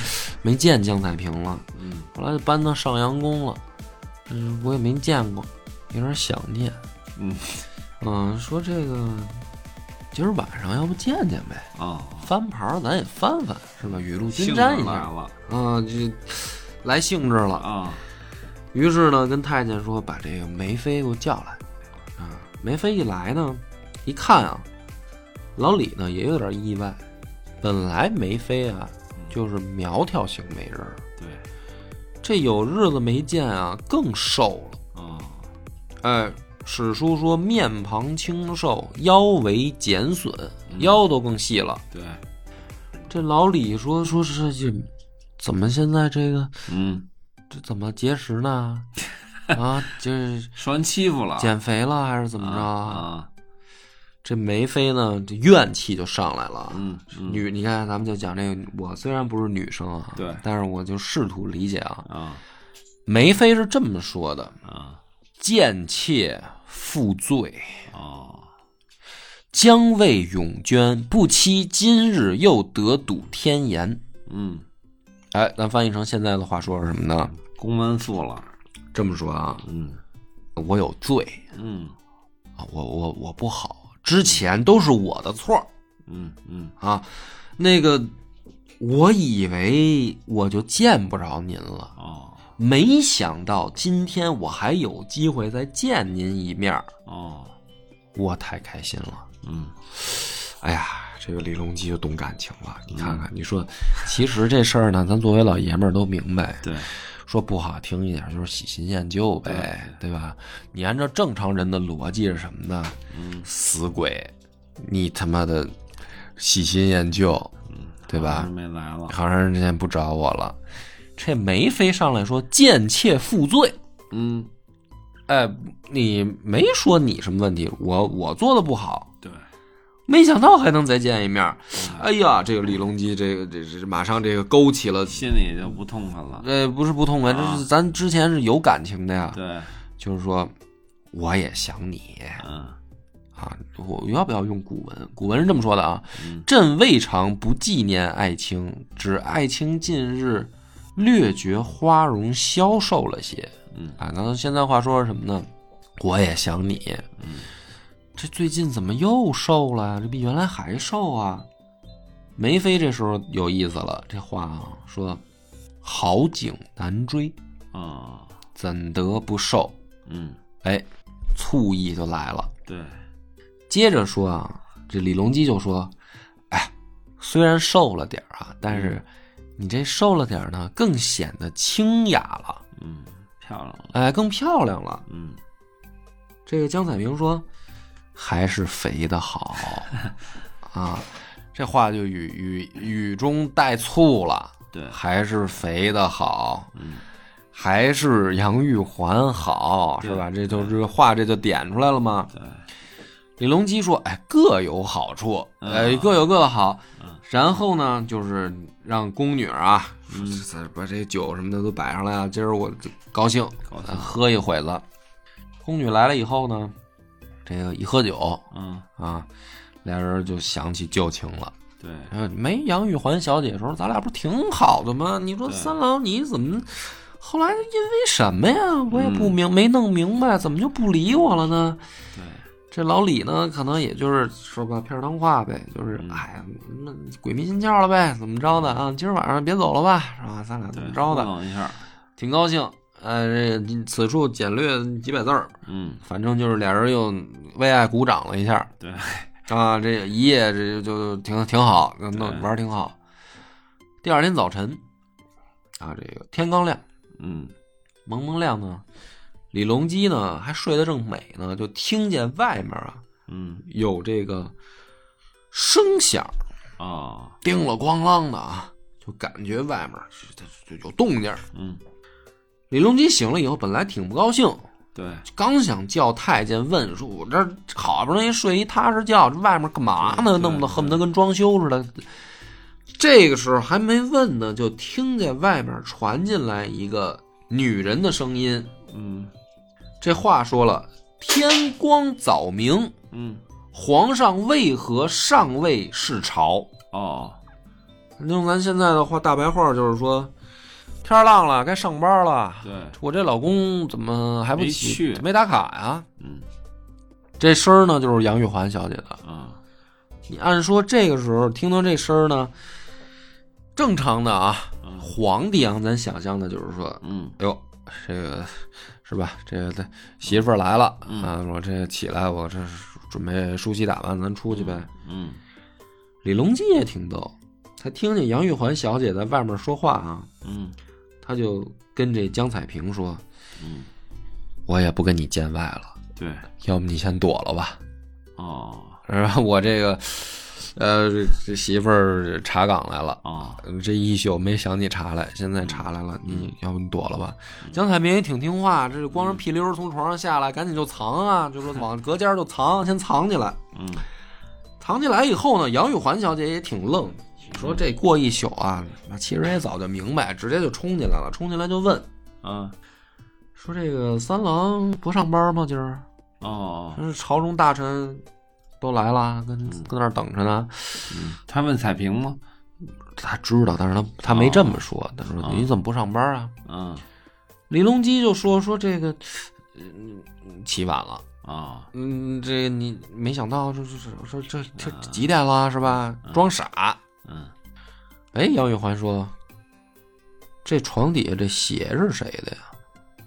[SPEAKER 1] 没见江彩萍了。
[SPEAKER 3] 嗯
[SPEAKER 1] 后来就搬到上阳宫了，嗯，我也没见过，有点想念。
[SPEAKER 3] 嗯
[SPEAKER 1] 嗯、说这个今儿晚上要不见见呗，
[SPEAKER 3] 啊，
[SPEAKER 1] 翻牌儿咱也翻翻，是吧？雨露均
[SPEAKER 3] 性格
[SPEAKER 1] 沾一
[SPEAKER 3] 来
[SPEAKER 1] 下。
[SPEAKER 3] 了
[SPEAKER 1] 啊，这来兴致了。
[SPEAKER 3] 啊，
[SPEAKER 1] 于是呢，跟太监说把这个梅妃给我叫来。啊，梅妃一来呢，一看啊，老李呢也有点意外。本来梅妃啊就是苗条型美人儿，
[SPEAKER 3] 对，
[SPEAKER 1] 这有日子没见啊，更瘦了。
[SPEAKER 3] 啊
[SPEAKER 1] 哎，史书说面庞清瘦，腰围减损，
[SPEAKER 3] 嗯
[SPEAKER 1] 腰都更细了。
[SPEAKER 3] 对，
[SPEAKER 1] 这老李说说是这，怎么现在这个
[SPEAKER 3] 嗯，
[SPEAKER 1] 这怎么节 食呢？啊，就是
[SPEAKER 3] 受人欺负了，
[SPEAKER 1] 减肥了还是怎么着？
[SPEAKER 3] 啊？
[SPEAKER 1] 这梅妃呢，这怨气就上来了。
[SPEAKER 3] 啊嗯，嗯
[SPEAKER 1] 女，你看，咱们就讲这个。我虽然不是女生啊，
[SPEAKER 3] 对
[SPEAKER 1] 但是我就试图理解啊。
[SPEAKER 3] 啊
[SPEAKER 1] 梅妃是这么说的：
[SPEAKER 3] 啊
[SPEAKER 1] 贱妾负罪，
[SPEAKER 3] 哦，
[SPEAKER 1] 将为永捐，不期今日又得睹天颜。
[SPEAKER 3] 嗯，
[SPEAKER 1] 哎，咱翻译成现在的话说是什么呢？
[SPEAKER 3] 公安素了，
[SPEAKER 1] 这么说啊，
[SPEAKER 3] 嗯
[SPEAKER 1] 我有罪
[SPEAKER 3] 嗯
[SPEAKER 1] 啊，我我我不好，之前都是我的错
[SPEAKER 3] 嗯嗯
[SPEAKER 1] 啊。那个，我以为我就见不着您了，
[SPEAKER 3] 哦
[SPEAKER 1] 没想到今天我还有机会再见您一面儿，
[SPEAKER 3] 哦，
[SPEAKER 1] 我太开心了。
[SPEAKER 3] 嗯
[SPEAKER 1] 哎呀，这个李隆基就懂感情了。你看看，你说，其实这事儿呢，咱作为老爷们儿都明白。
[SPEAKER 3] 对，
[SPEAKER 1] 说不好听一点，就是喜新厌旧呗，对吧？你按照正常人的逻辑是什么呢？
[SPEAKER 3] 嗯
[SPEAKER 1] 死鬼，你他妈的喜新厌旧，
[SPEAKER 3] 嗯，
[SPEAKER 1] 对吧
[SPEAKER 3] 还是没来了，
[SPEAKER 1] 好长时间不找我了。这梅妃上来说贱妾负罪，
[SPEAKER 3] 嗯，
[SPEAKER 1] 哎，你没说你什么问题，我我做的不好，
[SPEAKER 3] 对，
[SPEAKER 1] 没想到还能再见一面儿。
[SPEAKER 3] 嗯
[SPEAKER 1] 哎呀，这个李隆基，这个这这马上这个勾起了，
[SPEAKER 3] 心里就不痛快了，
[SPEAKER 1] 呃，不是不痛快，这是咱之前是有感情的呀。
[SPEAKER 3] 嗯啊对，
[SPEAKER 1] 就是说，我也想你
[SPEAKER 3] 嗯
[SPEAKER 1] 啊，我要不要用古文？古文是这么说的啊：
[SPEAKER 3] 嗯
[SPEAKER 1] 朕未尝不纪念爱卿，只爱卿近日略觉花容消瘦了些
[SPEAKER 3] 嗯
[SPEAKER 1] 啊。那现在话说是什么呢？我也想你，
[SPEAKER 3] 嗯
[SPEAKER 1] 这最近怎么又瘦了呀？这比原来还瘦啊！梅妃这时候有意思了，这话啊说：“好景难追，
[SPEAKER 3] 啊
[SPEAKER 1] 怎得不瘦？”
[SPEAKER 3] 嗯，
[SPEAKER 1] 哎，醋意就来了。
[SPEAKER 3] 对，
[SPEAKER 1] 接着说啊，这李隆基就说：“哎，虽然瘦了点儿啊，但是你这瘦了点儿呢，更显得清雅了，
[SPEAKER 3] 嗯，漂亮了，
[SPEAKER 1] 哎，更漂亮了。
[SPEAKER 3] 嗯”
[SPEAKER 1] 这个江彩萍说：“还是肥的好啊。”这话就语语语中带醋了，
[SPEAKER 3] 对，
[SPEAKER 1] 还是肥的好，
[SPEAKER 3] 嗯
[SPEAKER 1] 还是杨玉环好，是吧？这就是话，这就点出来了吗？
[SPEAKER 3] 对，
[SPEAKER 1] 李隆基说：“哎，各有好处，
[SPEAKER 3] 嗯
[SPEAKER 1] 哎，各有各的好。
[SPEAKER 3] 嗯
[SPEAKER 1] 然后呢，就是让宫女啊，
[SPEAKER 3] 嗯
[SPEAKER 1] 这把这酒什么的都摆上来啊。今儿我就高兴，
[SPEAKER 3] 高兴
[SPEAKER 1] 咱，喝一会子。宫女来了以后呢，这个一喝酒
[SPEAKER 3] 嗯
[SPEAKER 1] 啊，俩人就想起旧情了。
[SPEAKER 3] 对，
[SPEAKER 1] 呃没杨玉环小姐的时候，咱俩不是挺好的吗？你说
[SPEAKER 3] 对
[SPEAKER 1] 三郎你怎么？”后来因为什么呀？我也不明、没弄明白，怎么就不理我了呢？
[SPEAKER 3] 嗯对，
[SPEAKER 1] 这老李呢，可能也就是说吧，片儿当话呗，就是
[SPEAKER 3] 嗯
[SPEAKER 1] 哎呀，那鬼迷心窍了呗，怎么着的啊？今儿晚上别走了吧，是吧？咱俩怎
[SPEAKER 3] 对，嗯
[SPEAKER 1] 么着的，
[SPEAKER 3] 弄一下，
[SPEAKER 1] 挺高兴。呃，这此处简略几百字儿，
[SPEAKER 3] 嗯，
[SPEAKER 1] 反正就是俩人又为爱鼓掌了一下
[SPEAKER 3] 对，
[SPEAKER 1] 啊，这一夜这就就挺挺好，弄
[SPEAKER 3] 对
[SPEAKER 1] 玩儿挺好。第二天早晨，啊，这个天刚亮，
[SPEAKER 3] 嗯
[SPEAKER 1] 蒙蒙亮呢，李隆基呢还睡得正美呢，就听见外面啊
[SPEAKER 3] 嗯
[SPEAKER 1] 有这个声响，
[SPEAKER 3] 啊
[SPEAKER 1] 叮了咣啷的啊，就感觉外面就就有动静儿。
[SPEAKER 3] 嗯，
[SPEAKER 1] 李隆基醒了以后，本来挺不高兴，
[SPEAKER 3] 对，
[SPEAKER 1] 刚想叫太监问说：“我这好不容易睡一踏实觉，这外面干嘛呢？
[SPEAKER 3] 对
[SPEAKER 1] 弄
[SPEAKER 3] 对
[SPEAKER 1] 得恨不得跟装修似的。”这个时候还没问呢，就听见外面传进来一个女人的声音。
[SPEAKER 3] 嗯
[SPEAKER 1] 这话说了：“天光早明，
[SPEAKER 3] 嗯
[SPEAKER 1] 皇上为何尚未视朝
[SPEAKER 3] 哦，？”
[SPEAKER 1] 用咱现在的话，大白话就是说，天儿亮了，该上班了。
[SPEAKER 3] 对，
[SPEAKER 1] 我这老公怎么还不
[SPEAKER 3] 没
[SPEAKER 1] 起
[SPEAKER 3] 去
[SPEAKER 1] 没打卡呀？
[SPEAKER 3] 嗯
[SPEAKER 1] 这声儿呢，就是杨玉环小姐的。
[SPEAKER 3] 啊
[SPEAKER 1] 你按说这个时候听到这声儿呢，正常的啊，
[SPEAKER 3] 嗯
[SPEAKER 1] 皇帝啊，咱想象的就是说，
[SPEAKER 3] 嗯
[SPEAKER 1] 哎呦，这个是吧？这个这媳妇儿来了、
[SPEAKER 3] 嗯
[SPEAKER 1] 啊，我这起来，我这准备梳洗打扮，咱出去呗。
[SPEAKER 3] 嗯
[SPEAKER 1] 李隆基也挺逗，他听见杨玉环小姐在外面说话啊，
[SPEAKER 3] 嗯
[SPEAKER 1] 他就跟这江彩萍说
[SPEAKER 3] 嗯，：“
[SPEAKER 1] 我也不跟你见外了，
[SPEAKER 3] 对，
[SPEAKER 1] 要不你先躲了吧。”
[SPEAKER 3] 哦
[SPEAKER 1] 然后我这个，呃，这这媳妇儿查岗来了，
[SPEAKER 3] 哦，
[SPEAKER 1] 嗯这一宿没想你查来，现在查来了，你要不你躲了吧？江彩萍也挺听话，这光着屁溜儿从床上下来，赶紧就藏啊，就说往隔间儿就藏，先藏起来。
[SPEAKER 3] 嗯
[SPEAKER 1] 藏起来以后呢，杨玉环小姐也挺愣，说这过一宿啊，那其实也早就明白，直接就冲进来了，冲进来就问
[SPEAKER 3] 啊
[SPEAKER 1] 说这个三郎不上班吗？今儿
[SPEAKER 3] 哦，
[SPEAKER 1] 说朝中大臣都来了，跟
[SPEAKER 3] 嗯
[SPEAKER 1] 跟那儿等着呢。
[SPEAKER 3] 他问彩屏吗？
[SPEAKER 1] 他知道，但是他他没这么说，他说
[SPEAKER 3] 啊
[SPEAKER 1] 你怎么不上班啊？
[SPEAKER 3] 嗯
[SPEAKER 1] 李隆基就说说这个，嗯，起晚了，
[SPEAKER 3] 啊
[SPEAKER 1] 嗯，这个你没想到，这这这这这这几点了是吧？装傻。
[SPEAKER 3] 嗯
[SPEAKER 1] 哎，杨玉环说，这床底下这鞋是谁的呀？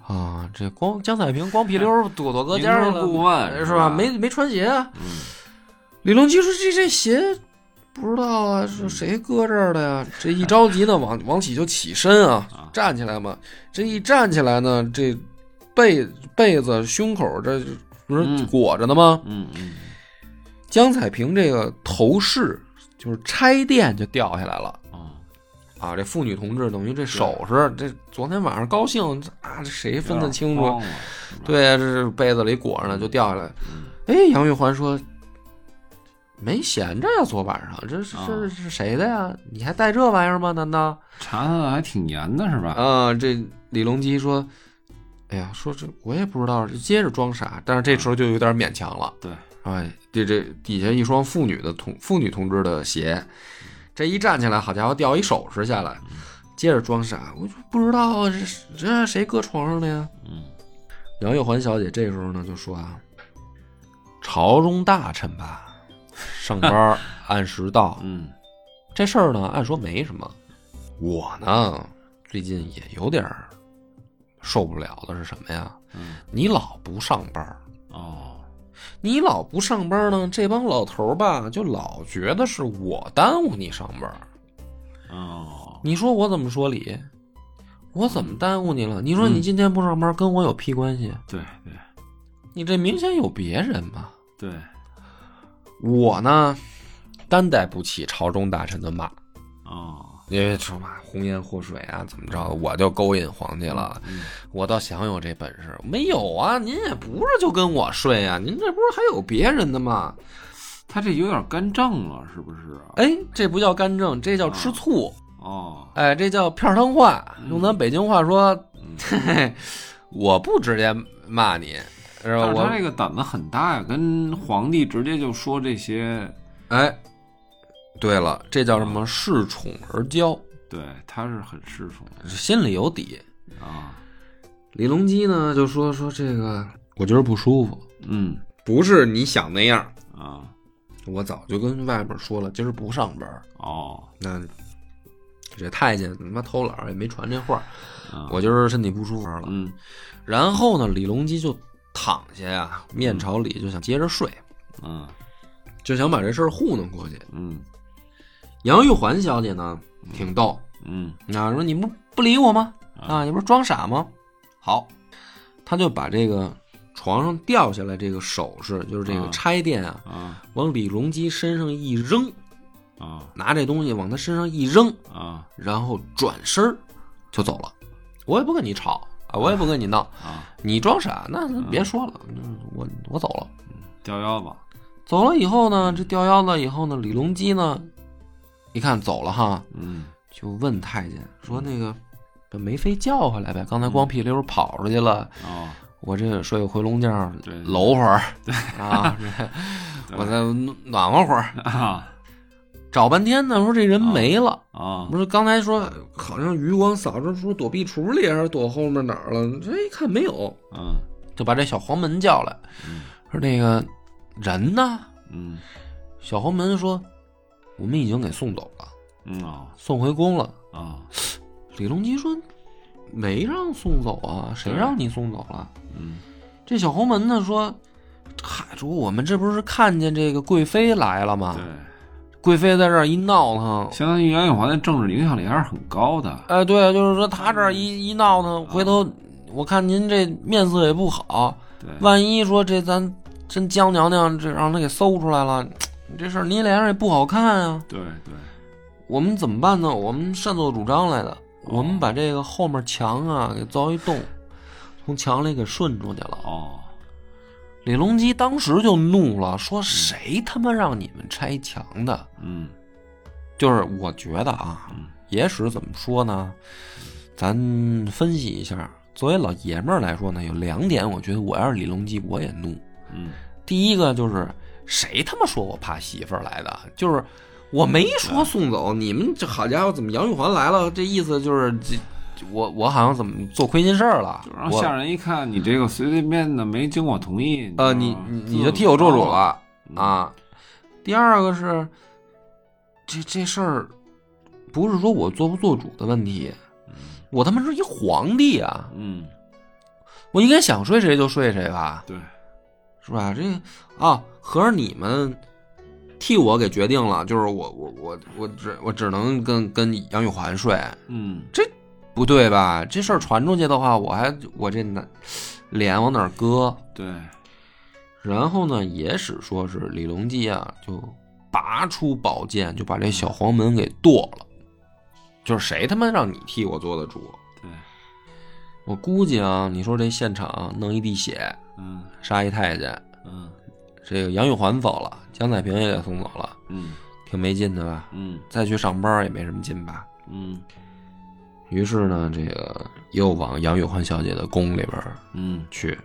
[SPEAKER 1] 啊，这光江彩萍光屁溜儿躲躲隔间儿
[SPEAKER 3] 明知故问
[SPEAKER 1] 了，哎
[SPEAKER 3] 是
[SPEAKER 1] 是
[SPEAKER 3] 吧
[SPEAKER 1] 吧？没没穿鞋啊。
[SPEAKER 3] 嗯
[SPEAKER 1] 李隆基说这这鞋。不知道啊，是谁搁这儿的呀？这一着急呢，往往起就起身啊，
[SPEAKER 3] 啊
[SPEAKER 1] 站起来嘛，这一站起来呢，这被被子、胸口这不是
[SPEAKER 3] 嗯
[SPEAKER 1] 裹着呢吗？
[SPEAKER 3] 嗯嗯
[SPEAKER 1] 江彩萍这个头饰就是拆垫就掉下来了
[SPEAKER 3] 哦，
[SPEAKER 1] 啊！这妇女同志等于这首饰，这昨天晚上高兴啊，这谁分得清
[SPEAKER 3] 有点
[SPEAKER 1] 楚？
[SPEAKER 3] 慌了
[SPEAKER 1] 对啊，这是被子里裹着呢，就掉下来。
[SPEAKER 3] 嗯
[SPEAKER 1] 哎，杨玉环说。没闲着呀，昨晚上这是这是谁的呀？你还带这玩意儿吗？难道？
[SPEAKER 3] 查的还挺严的是吧？
[SPEAKER 1] 啊，这李隆基说：“哎呀，说这我也不知道，接着装傻。”但是这时候就有点勉强了。
[SPEAKER 3] 对，
[SPEAKER 1] 哎，这这底下一双妇女的同妇女同志的鞋，这一站起来，好家伙，掉一首饰下来，接着装傻，我就不知道这是这谁搁床上的呀？
[SPEAKER 3] 嗯
[SPEAKER 1] 杨玉环小姐这时候呢就说啊：“朝中大臣吧，上班儿按时到，
[SPEAKER 3] 嗯
[SPEAKER 1] 这事儿呢，按说没什么。我呢，最近也有点儿受不了的是什么呀？
[SPEAKER 3] 嗯
[SPEAKER 1] 你老不上班儿，
[SPEAKER 3] 哦
[SPEAKER 1] 你老不上班儿呢，这帮老头儿吧，就老觉得是我耽误你上班儿。
[SPEAKER 3] 哦，
[SPEAKER 1] 你说我怎么说理？我怎么耽误你了？你说你今天不上班儿，跟我有屁关系？
[SPEAKER 3] 对对
[SPEAKER 1] 你这明显有别人嘛！
[SPEAKER 3] 对，
[SPEAKER 1] 我呢，担待不起朝中大臣的骂，
[SPEAKER 3] 哦
[SPEAKER 1] 因为什么红颜祸水啊，怎么着？我就勾引皇帝了，
[SPEAKER 3] 嗯
[SPEAKER 1] 我倒想有这本事，没有啊？您也不是就跟我睡啊，您这不是还有别人的吗？
[SPEAKER 3] 他这有点干正了，是不是？
[SPEAKER 1] 哎，这不叫干政，这叫吃醋，
[SPEAKER 3] 哦，
[SPEAKER 1] 哎，这叫片儿汤话。用咱北京话说，
[SPEAKER 3] 嗯
[SPEAKER 1] 嘿嘿， 我不直接骂你，是吧？
[SPEAKER 3] 但是他这
[SPEAKER 1] 我
[SPEAKER 3] 个胆子很大呀，跟皇帝直接就说这些，
[SPEAKER 1] 哎，对了，这叫什么？恃宠而骄，
[SPEAKER 3] 对，他是很恃宠
[SPEAKER 1] 心里有底。
[SPEAKER 3] 啊，
[SPEAKER 1] 李隆基呢就说说这个，我觉得不舒服，
[SPEAKER 3] 嗯
[SPEAKER 1] 不是你想那样。
[SPEAKER 3] 啊，
[SPEAKER 1] 我早就跟外边说了，今儿不上班儿。
[SPEAKER 3] 哦，
[SPEAKER 1] 那这太监他妈偷懒儿也没传这话，
[SPEAKER 3] 啊
[SPEAKER 1] 我就是身体不舒服了。
[SPEAKER 3] 嗯
[SPEAKER 1] 然后呢，李隆基就躺下呀，面朝里就想接着睡，
[SPEAKER 3] 嗯
[SPEAKER 1] 就想把这事儿糊弄过去。
[SPEAKER 3] 嗯
[SPEAKER 1] 杨玉环小姐呢，挺逗，
[SPEAKER 3] 嗯
[SPEAKER 1] 啊，说你不不理我吗？
[SPEAKER 3] 啊
[SPEAKER 1] 啊，你不是装傻吗？好，他就把这个床上掉下来这个首饰，就是这个
[SPEAKER 3] 啊
[SPEAKER 1] 钗钿啊，
[SPEAKER 3] 啊
[SPEAKER 1] 往李隆基身上一扔，
[SPEAKER 3] 啊
[SPEAKER 1] 拿这东西往他身上一扔，
[SPEAKER 3] 啊
[SPEAKER 1] 然后转身儿就走了。我也不跟你吵啊，我也不跟你闹，
[SPEAKER 3] 啊，
[SPEAKER 1] 你装傻那那
[SPEAKER 3] 嗯
[SPEAKER 1] 别说了，那我我走了。
[SPEAKER 3] 掉腰子，
[SPEAKER 1] 走了以后呢，这掉腰子以后呢，李隆基呢，一看走了哈，
[SPEAKER 3] 嗯
[SPEAKER 1] 就问太监说：“那个把梅妃叫回来呗，刚才
[SPEAKER 3] 嗯
[SPEAKER 1] 光屁溜儿跑出去了，
[SPEAKER 3] 哦，
[SPEAKER 1] 我这睡个回笼觉，
[SPEAKER 3] 对
[SPEAKER 1] 搂会儿 啊，我再暖暖和会儿。
[SPEAKER 3] 啊
[SPEAKER 1] 找半天呢，说这人没了，
[SPEAKER 3] 啊
[SPEAKER 1] 不是刚才说好像余光扫着说躲避橱里啊还是躲后面哪儿了，这一看没有，嗯
[SPEAKER 3] 嗯
[SPEAKER 1] 就把这小黄门叫来，说那个人呢？
[SPEAKER 3] 嗯
[SPEAKER 1] 小黄门说我们已经给送走了，
[SPEAKER 3] 嗯啊
[SPEAKER 1] 送回宫了。
[SPEAKER 3] 啊
[SPEAKER 1] 李隆基说：“没让送走啊，谁让你送走了
[SPEAKER 3] 嗯？”
[SPEAKER 1] 这小红门呢说：“嗨，说我们这不是看见这个贵妃来了吗？
[SPEAKER 3] 对，
[SPEAKER 1] 贵妃在这儿一闹腾，
[SPEAKER 3] 相当于杨玉环的政治影响力还是很高的，
[SPEAKER 1] 哎，对，就是说她这儿一一闹腾，回头我看您这面色也不好，
[SPEAKER 3] 对，
[SPEAKER 1] 万一说这咱真江娘娘这让她给搜出来了，你这事儿您脸上也不好看啊。
[SPEAKER 3] 对对，
[SPEAKER 1] 我们怎么办呢？我们擅作主张来的，我们把这个后面墙啊给凿一洞，从墙里给顺出去了。
[SPEAKER 3] 哦，
[SPEAKER 1] 李隆基当时就怒了，说谁他妈让你们拆墙的？
[SPEAKER 3] 嗯
[SPEAKER 1] 就是我觉得啊
[SPEAKER 3] 嗯，
[SPEAKER 1] 野史怎么说呢？咱分析一下，作为老爷们儿来说呢，有两点，我觉得我要是李隆基，我也怒。
[SPEAKER 3] 嗯
[SPEAKER 1] 第一个就是谁他妈说我怕媳妇儿来的？就是我没
[SPEAKER 3] 嗯
[SPEAKER 1] 说送走你们，这好家伙，怎么杨玉环来了？这意思就是这。这我我好像怎么做亏心事儿了？
[SPEAKER 3] 就让
[SPEAKER 1] 我
[SPEAKER 3] 下人一看，你这个随随便的没经我同意，
[SPEAKER 1] 呃，你
[SPEAKER 3] 嗯
[SPEAKER 1] 你你就替我做主
[SPEAKER 3] 哦
[SPEAKER 1] 了啊！第二个是，这这事儿不是说我做不做主的问题，我他妈是一皇帝啊，
[SPEAKER 3] 嗯，
[SPEAKER 1] 我应该想睡谁就睡谁吧，
[SPEAKER 3] 对，
[SPEAKER 1] 是吧？这个啊，合着你们替我给决定了，就是我我我我只我只能跟跟杨玉环睡，
[SPEAKER 3] 嗯
[SPEAKER 1] 不对吧？这事儿传出去的话，我还我这难脸往哪儿搁？
[SPEAKER 3] 对，
[SPEAKER 1] 然后呢，野史说是李隆基啊，就拔出宝剑，就把这小黄门给剁了。就是谁他妈让你替我做的主？
[SPEAKER 3] 对，
[SPEAKER 1] 我估计啊，你说这现场弄一地血，
[SPEAKER 3] 嗯
[SPEAKER 1] 杀一太监，
[SPEAKER 3] 嗯
[SPEAKER 1] 这个杨玉环走了，江彩萍也给送走了，
[SPEAKER 3] 嗯
[SPEAKER 1] 挺没劲的吧？
[SPEAKER 3] 嗯
[SPEAKER 1] 再去上班也没什么劲吧？
[SPEAKER 3] 嗯
[SPEAKER 1] 于是呢，这个又往杨玉环小姐的宫里边儿
[SPEAKER 3] 嗯，
[SPEAKER 1] 去。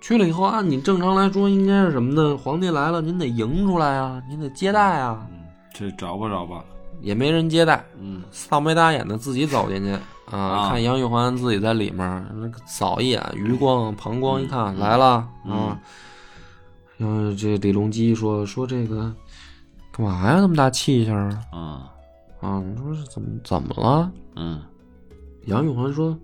[SPEAKER 1] 去了以后，按你正常来说应该是什么呢？皇帝来了，您得迎出来啊，您得接待啊，
[SPEAKER 3] 这找不着吧？
[SPEAKER 1] 也没人接待，
[SPEAKER 3] 嗯
[SPEAKER 1] 丧眉打眼的自己走进去啊，
[SPEAKER 3] 啊
[SPEAKER 1] 看杨玉环自己在里面儿那个扫一眼，余光膀胱一看、来了、啊，然后这李隆基说说这个干嘛呀？那么大气性啊
[SPEAKER 3] 啊
[SPEAKER 1] 啊？你说是怎么怎么了？
[SPEAKER 3] 嗯
[SPEAKER 1] 杨玉环说：“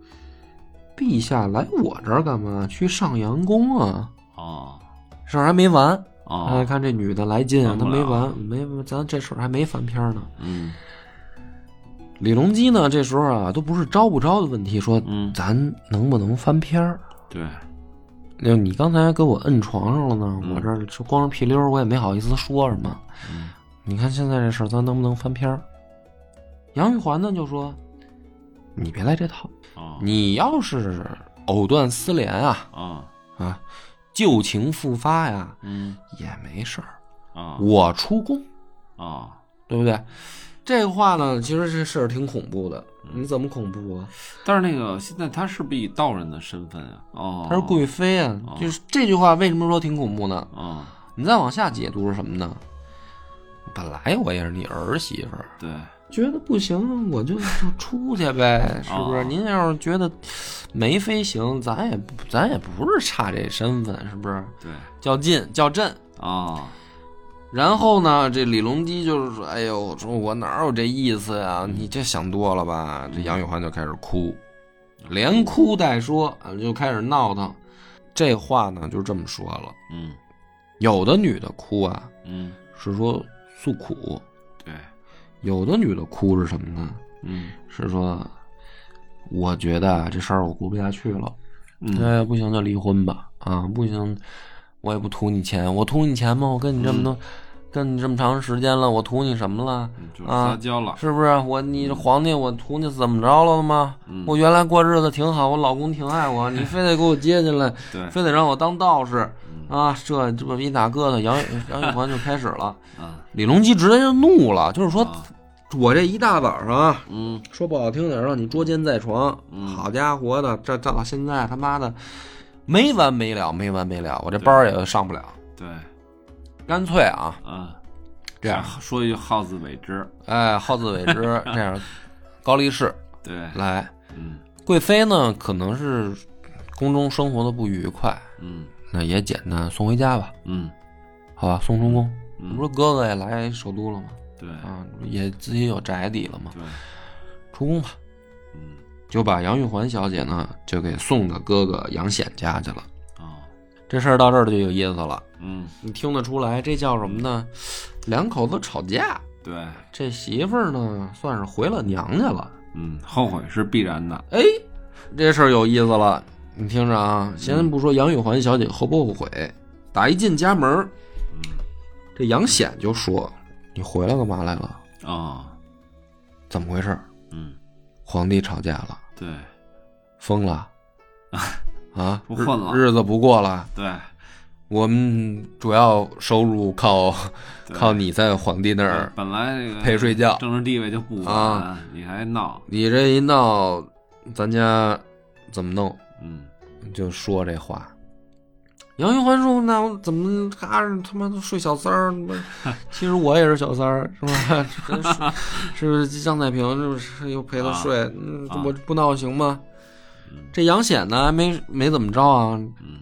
[SPEAKER 1] 陛下来我这儿干嘛？去上阳宫啊？
[SPEAKER 3] 哦
[SPEAKER 1] 事儿还没完。哎，
[SPEAKER 3] 哦
[SPEAKER 1] 看这女的来劲啊，
[SPEAKER 3] 完不
[SPEAKER 1] 她没
[SPEAKER 3] 了
[SPEAKER 1] 完，没咱这事儿还没翻篇儿呢。
[SPEAKER 3] 嗯
[SPEAKER 1] 李隆基呢，这时候啊，都不是招不招的问题，说
[SPEAKER 3] 嗯
[SPEAKER 1] 咱能不能翻篇儿？
[SPEAKER 3] 对，
[SPEAKER 1] 那你刚才给我摁床上了呢，
[SPEAKER 3] 嗯
[SPEAKER 1] 我这儿光着屁溜儿，我也没好意思说什么。
[SPEAKER 3] 嗯
[SPEAKER 1] 你看现在这事儿，咱能不能翻篇儿？杨玉环呢就说：“你别来这套，
[SPEAKER 3] 哦
[SPEAKER 1] 你要是藕断丝连啊
[SPEAKER 3] 啊
[SPEAKER 1] 啊，旧情复发呀，
[SPEAKER 3] 嗯
[SPEAKER 1] 也没事儿，
[SPEAKER 3] 啊
[SPEAKER 1] 我出宫。”
[SPEAKER 3] 啊，
[SPEAKER 1] 对不对？这话呢，其实这事儿挺恐怖的。你怎么恐怖啊？
[SPEAKER 3] 但是那个现在他是不是以道人的身份啊？哦，
[SPEAKER 1] 她是贵妃啊，就是这句话为什么说挺恐怖呢？
[SPEAKER 3] 啊，
[SPEAKER 1] 你再往下解读是什么呢？本来我也是你儿媳妇儿，
[SPEAKER 3] 对，
[SPEAKER 1] 觉得不行，我就就出去 呗，是不是？
[SPEAKER 3] 哦
[SPEAKER 1] 您要是觉得梅妃行，咱也不咱也不是差这身份，是不是？
[SPEAKER 3] 对
[SPEAKER 1] 较劲较真。
[SPEAKER 3] 啊，
[SPEAKER 1] 然后呢，这李隆基就是说：“哎呦，我说我哪有这意思呀、你这想多了吧？”这杨玉环就开始哭，连哭带说，啊就开始闹腾。这话呢，就这么说了。
[SPEAKER 3] 嗯
[SPEAKER 1] 有的女的哭啊，
[SPEAKER 3] 嗯，
[SPEAKER 1] 是说诉苦；
[SPEAKER 3] 对，
[SPEAKER 1] 有的女的哭是什么呢？
[SPEAKER 3] 嗯
[SPEAKER 1] 是说，我觉得啊这事儿我过不下去了，
[SPEAKER 3] 嗯
[SPEAKER 1] 哎，不行就离婚吧，啊，不行，我也不图你钱，我图你钱吗？我跟你这么多，跟你这么长时间了，我图你什么了？
[SPEAKER 3] 就是撒娇了，
[SPEAKER 1] 是不是？我你皇帝，我图你怎么着了吗？
[SPEAKER 3] 嗯
[SPEAKER 1] 我原来过日子挺好，我老公挺爱 我，你非得给我接进来，
[SPEAKER 3] 对，
[SPEAKER 1] 非得让我当道士
[SPEAKER 3] 嗯
[SPEAKER 1] 啊！这这么一打疙瘩，杨 杨玉环就开始了。
[SPEAKER 3] 啊，
[SPEAKER 1] 李隆基直接就怒了，就是说
[SPEAKER 3] 啊
[SPEAKER 1] 我这一大早上啊，
[SPEAKER 3] 嗯
[SPEAKER 1] 说不好听点儿，让你捉奸在床，
[SPEAKER 3] 嗯
[SPEAKER 1] 好家伙的，这这到现在他妈的没完没了，没完没了，我这班儿也上不了，
[SPEAKER 3] 对
[SPEAKER 1] 干脆啊，
[SPEAKER 3] 啊，
[SPEAKER 1] 这样，
[SPEAKER 3] 说一句好自为之，
[SPEAKER 1] 哎，好自为之， 这样，高力士
[SPEAKER 3] 对，
[SPEAKER 1] 来。
[SPEAKER 3] 嗯
[SPEAKER 1] 贵妃呢，可能是宫中生活的不愉快，
[SPEAKER 3] 嗯
[SPEAKER 1] 那也简单送回家吧，
[SPEAKER 3] 嗯
[SPEAKER 1] 好吧，送出宫。你
[SPEAKER 3] 嗯，
[SPEAKER 1] 不是哥哥也来首都了吗？
[SPEAKER 3] 对
[SPEAKER 1] 啊，也自己有宅邸了吗？
[SPEAKER 3] 对，
[SPEAKER 1] 出宫吧，
[SPEAKER 3] 嗯
[SPEAKER 1] 就把杨玉环小姐呢就给送到哥哥杨显家去了。
[SPEAKER 3] 哦
[SPEAKER 1] 这事儿到这儿就有意思了，
[SPEAKER 3] 嗯
[SPEAKER 1] 你听得出来，这叫什么呢？两口子吵架，
[SPEAKER 3] 对，
[SPEAKER 1] 这媳妇儿呢算是回了娘家了。
[SPEAKER 3] 嗯，后悔是必然的，
[SPEAKER 1] 哎，这事儿有意思了，你听着啊，
[SPEAKER 3] 嗯
[SPEAKER 1] 先不说杨玉环小姐后不后悔，打一进家门儿，
[SPEAKER 3] 嗯
[SPEAKER 1] 这杨显就说：“你回来干嘛来了？
[SPEAKER 3] 哦，
[SPEAKER 1] 怎么回事？
[SPEAKER 3] 嗯
[SPEAKER 1] 皇帝吵架了，
[SPEAKER 3] 对
[SPEAKER 1] 疯了啊？
[SPEAKER 3] 不混了
[SPEAKER 1] 日日子不过了。
[SPEAKER 3] 对
[SPEAKER 1] 我们主要收入靠
[SPEAKER 3] 对
[SPEAKER 1] 靠你在皇帝那儿
[SPEAKER 3] 本来这个
[SPEAKER 1] 陪睡觉，
[SPEAKER 3] 政治地位就不稳，
[SPEAKER 1] 啊
[SPEAKER 3] 你还闹，
[SPEAKER 1] 你这一闹，咱家怎么弄？
[SPEAKER 3] 嗯
[SPEAKER 1] 就说这话。杨玉环说：“那我怎么他他妈的睡小三儿？ 他妈其实我也是小三儿，是吧？真是是不是江彩萍，是不是又陪他睡？嗯
[SPEAKER 3] 啊
[SPEAKER 1] 我不闹行吗？
[SPEAKER 3] 嗯
[SPEAKER 1] 这杨显呢，还没没怎么着啊，
[SPEAKER 3] 嗯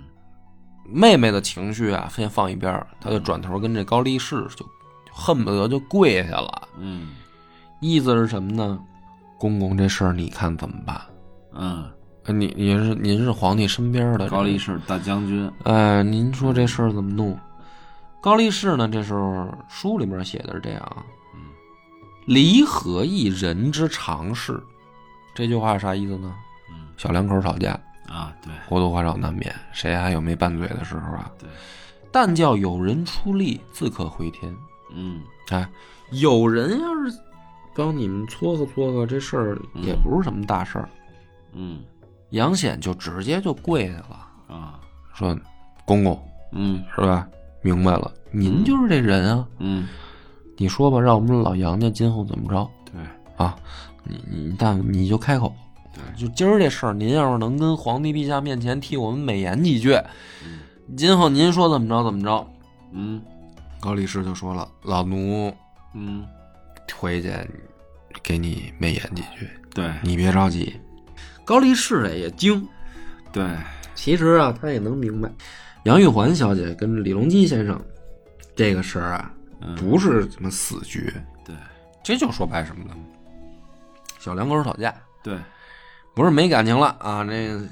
[SPEAKER 1] 妹妹的情绪啊，先放一边儿，他就转头跟这高力士就就恨不得就跪下了，
[SPEAKER 3] 嗯
[SPEAKER 1] 意思是什么呢？公公这事儿你看怎么办？
[SPEAKER 3] 嗯，
[SPEAKER 1] 呃你您是您是皇帝身边的
[SPEAKER 3] 高力
[SPEAKER 1] 士。
[SPEAKER 3] 士大将军，
[SPEAKER 1] 哎，您说这事儿怎么弄？高力士呢？这时候书里面写的是这样啊
[SPEAKER 3] 嗯：“
[SPEAKER 1] 离合亦人之常事。”这句话啥意思呢？
[SPEAKER 3] 嗯
[SPEAKER 1] 小两口吵架，
[SPEAKER 3] 啊，对
[SPEAKER 1] 或多或少难免，谁还有没拌嘴的时候啊？
[SPEAKER 3] 对，
[SPEAKER 1] 但叫有人出力，自可回天。
[SPEAKER 3] 嗯
[SPEAKER 1] 哎，有人要是帮你们撮合撮合，这事儿也不是什么大事儿。
[SPEAKER 3] 嗯
[SPEAKER 1] 杨显就直接就跪下了，
[SPEAKER 3] 啊，
[SPEAKER 1] 说：“公公
[SPEAKER 3] 嗯
[SPEAKER 1] 是吧？明白了，您就是这人啊。”
[SPEAKER 3] 嗯，
[SPEAKER 1] 你说吧，让我们老杨家今后怎么着
[SPEAKER 3] 对
[SPEAKER 1] 啊？你你但你就开口，就今儿这事儿，您要是能跟皇帝陛下面前替我们美言几句，今后您说怎么着怎么着。
[SPEAKER 3] 嗯
[SPEAKER 1] 高力士就说了，老奴
[SPEAKER 3] 嗯
[SPEAKER 1] 回去给你美言几句，
[SPEAKER 3] 对
[SPEAKER 1] 你别着急。高力士也精，
[SPEAKER 3] 对，
[SPEAKER 1] 其实啊，他也能明白，杨玉环小姐跟李隆基先生这个事儿啊，
[SPEAKER 3] 嗯
[SPEAKER 1] 不是什么死局，
[SPEAKER 3] 对
[SPEAKER 1] 这就说白什么了，小两口吵架，
[SPEAKER 3] 对，
[SPEAKER 1] 不是没感情了啊，这个。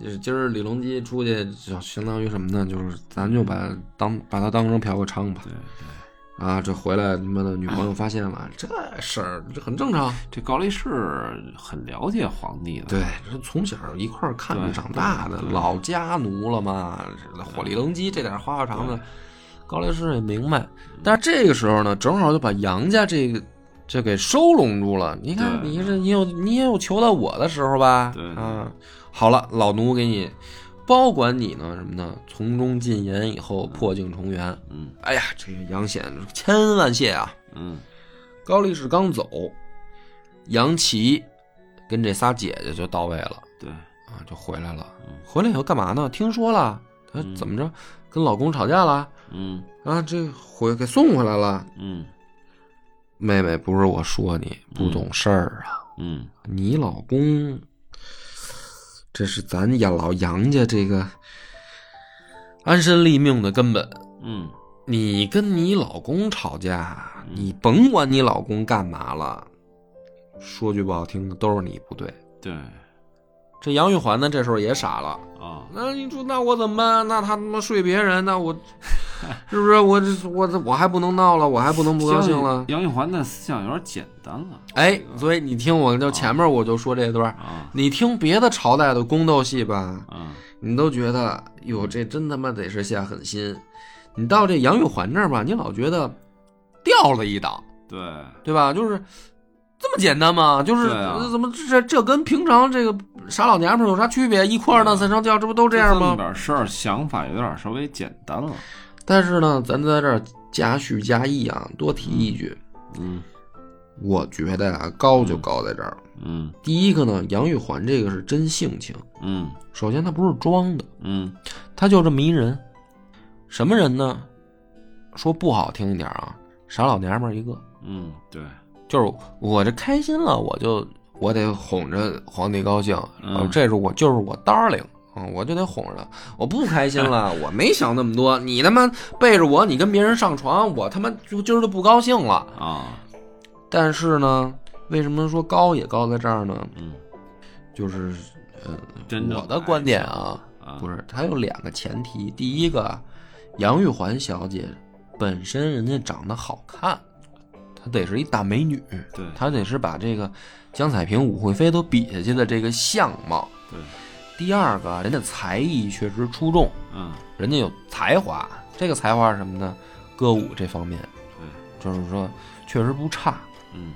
[SPEAKER 1] 就是今儿李隆基出去就相当于什么呢？就是咱就把当把他当成嫖个娼吧。
[SPEAKER 3] 对
[SPEAKER 1] 啊，这回来他妈的女朋友发现了，这事儿这很正常。
[SPEAKER 3] 这高力士很了解皇帝的，
[SPEAKER 1] 对，这从小一块儿看着
[SPEAKER 3] 对
[SPEAKER 1] 长大的，
[SPEAKER 3] 对
[SPEAKER 1] 老家奴了嘛。这火力隆基这点花花肠子，高力士也明白。但是这个时候呢，正好就把杨家这个这给收拢住了。你看，
[SPEAKER 3] 对
[SPEAKER 1] 你这你有你也有求到我的时候吧？
[SPEAKER 3] 对对
[SPEAKER 1] 啊，好了，老奴给你包管你呢，什么呢？从中进言以后破镜重圆。
[SPEAKER 3] 嗯
[SPEAKER 1] 哎呀，这个杨显千万谢啊！
[SPEAKER 3] 嗯
[SPEAKER 1] 高力士刚走，杨琪跟这仨姐姐就到位了
[SPEAKER 3] 对，
[SPEAKER 1] 啊，就回来了
[SPEAKER 3] 嗯。
[SPEAKER 1] 回来以后干嘛呢？听说了，她
[SPEAKER 3] 嗯
[SPEAKER 1] 怎么着跟老公吵架了
[SPEAKER 3] 嗯
[SPEAKER 1] 啊？这回给送回来了。
[SPEAKER 3] 嗯
[SPEAKER 1] 妹妹，不是我说你不懂事儿啊，
[SPEAKER 3] 嗯
[SPEAKER 1] 你老公这是咱养老杨家这个安身立命的根本。
[SPEAKER 3] 嗯
[SPEAKER 1] 你跟你老公吵架，你
[SPEAKER 3] 嗯
[SPEAKER 1] 甭管你老公干嘛了，说句不好听的，都是你不对。
[SPEAKER 3] 对，
[SPEAKER 1] 这杨玉环呢，这时候也傻了。
[SPEAKER 3] 啊，
[SPEAKER 1] 那你说那我怎么办？那他他妈睡别人，那 我是不是我这我这我还不能闹了，我还不能不高兴了？
[SPEAKER 3] 杨玉环的思想有点简单了
[SPEAKER 1] 哎，所以你听我就前面我就说这段儿，
[SPEAKER 3] 啊，
[SPEAKER 1] 你听别的朝代的宫斗戏吧，
[SPEAKER 3] 嗯
[SPEAKER 1] 你都觉得哟这真他妈得是下狠心。你到这杨玉环这儿吧，你老觉得掉了一档，
[SPEAKER 3] 对，
[SPEAKER 1] 对吧？就是这么简单吗？就是、
[SPEAKER 3] 对啊
[SPEAKER 1] 怎么这这跟平常这个傻老娘们儿有啥区别？一哭二闹
[SPEAKER 3] 啊
[SPEAKER 1] 三上吊，这不都这样
[SPEAKER 3] 么
[SPEAKER 1] 吗？
[SPEAKER 3] 点事儿，想法有点稍微简单了，
[SPEAKER 1] 但是呢，咱在这儿加叙加意啊，多提一句，
[SPEAKER 3] 嗯
[SPEAKER 1] 我觉得啊，高就高在这儿。
[SPEAKER 3] 嗯
[SPEAKER 1] 第一个呢，杨玉环这个是真性情，
[SPEAKER 3] 嗯
[SPEAKER 1] 首先她不是装的，
[SPEAKER 3] 嗯
[SPEAKER 1] 她就这么一人，什么人呢？说不好听一点啊，傻老娘们儿一个，
[SPEAKER 3] 嗯，对，
[SPEAKER 1] 就是我这开心了，我就我得哄着皇帝高兴，
[SPEAKER 3] 嗯
[SPEAKER 1] 啊这是我就是我 darling。啊，我就得哄着她。我不开心了，我没想那么多。你他妈背着我，你跟别人上床，我他妈就今儿就不高兴了。
[SPEAKER 3] 啊，
[SPEAKER 1] 但是呢，为什么说高也高在这儿呢？
[SPEAKER 3] 嗯，
[SPEAKER 1] 就是
[SPEAKER 3] 真正
[SPEAKER 1] 我的观点啊，
[SPEAKER 3] 啊，
[SPEAKER 1] 不是它有两个前提。第一个，杨玉环小姐本身人家长得好看，她得是一大美女，
[SPEAKER 3] 对
[SPEAKER 1] 她得是把这个江彩萍、武惠妃都比下去的这个相貌。
[SPEAKER 3] 对，
[SPEAKER 1] 第二个，人家才艺确实出众，
[SPEAKER 3] 嗯
[SPEAKER 1] 人家有才华。这个才华是什么呢？歌舞这方面，
[SPEAKER 3] 嗯
[SPEAKER 1] 就是说确实不差。
[SPEAKER 3] 嗯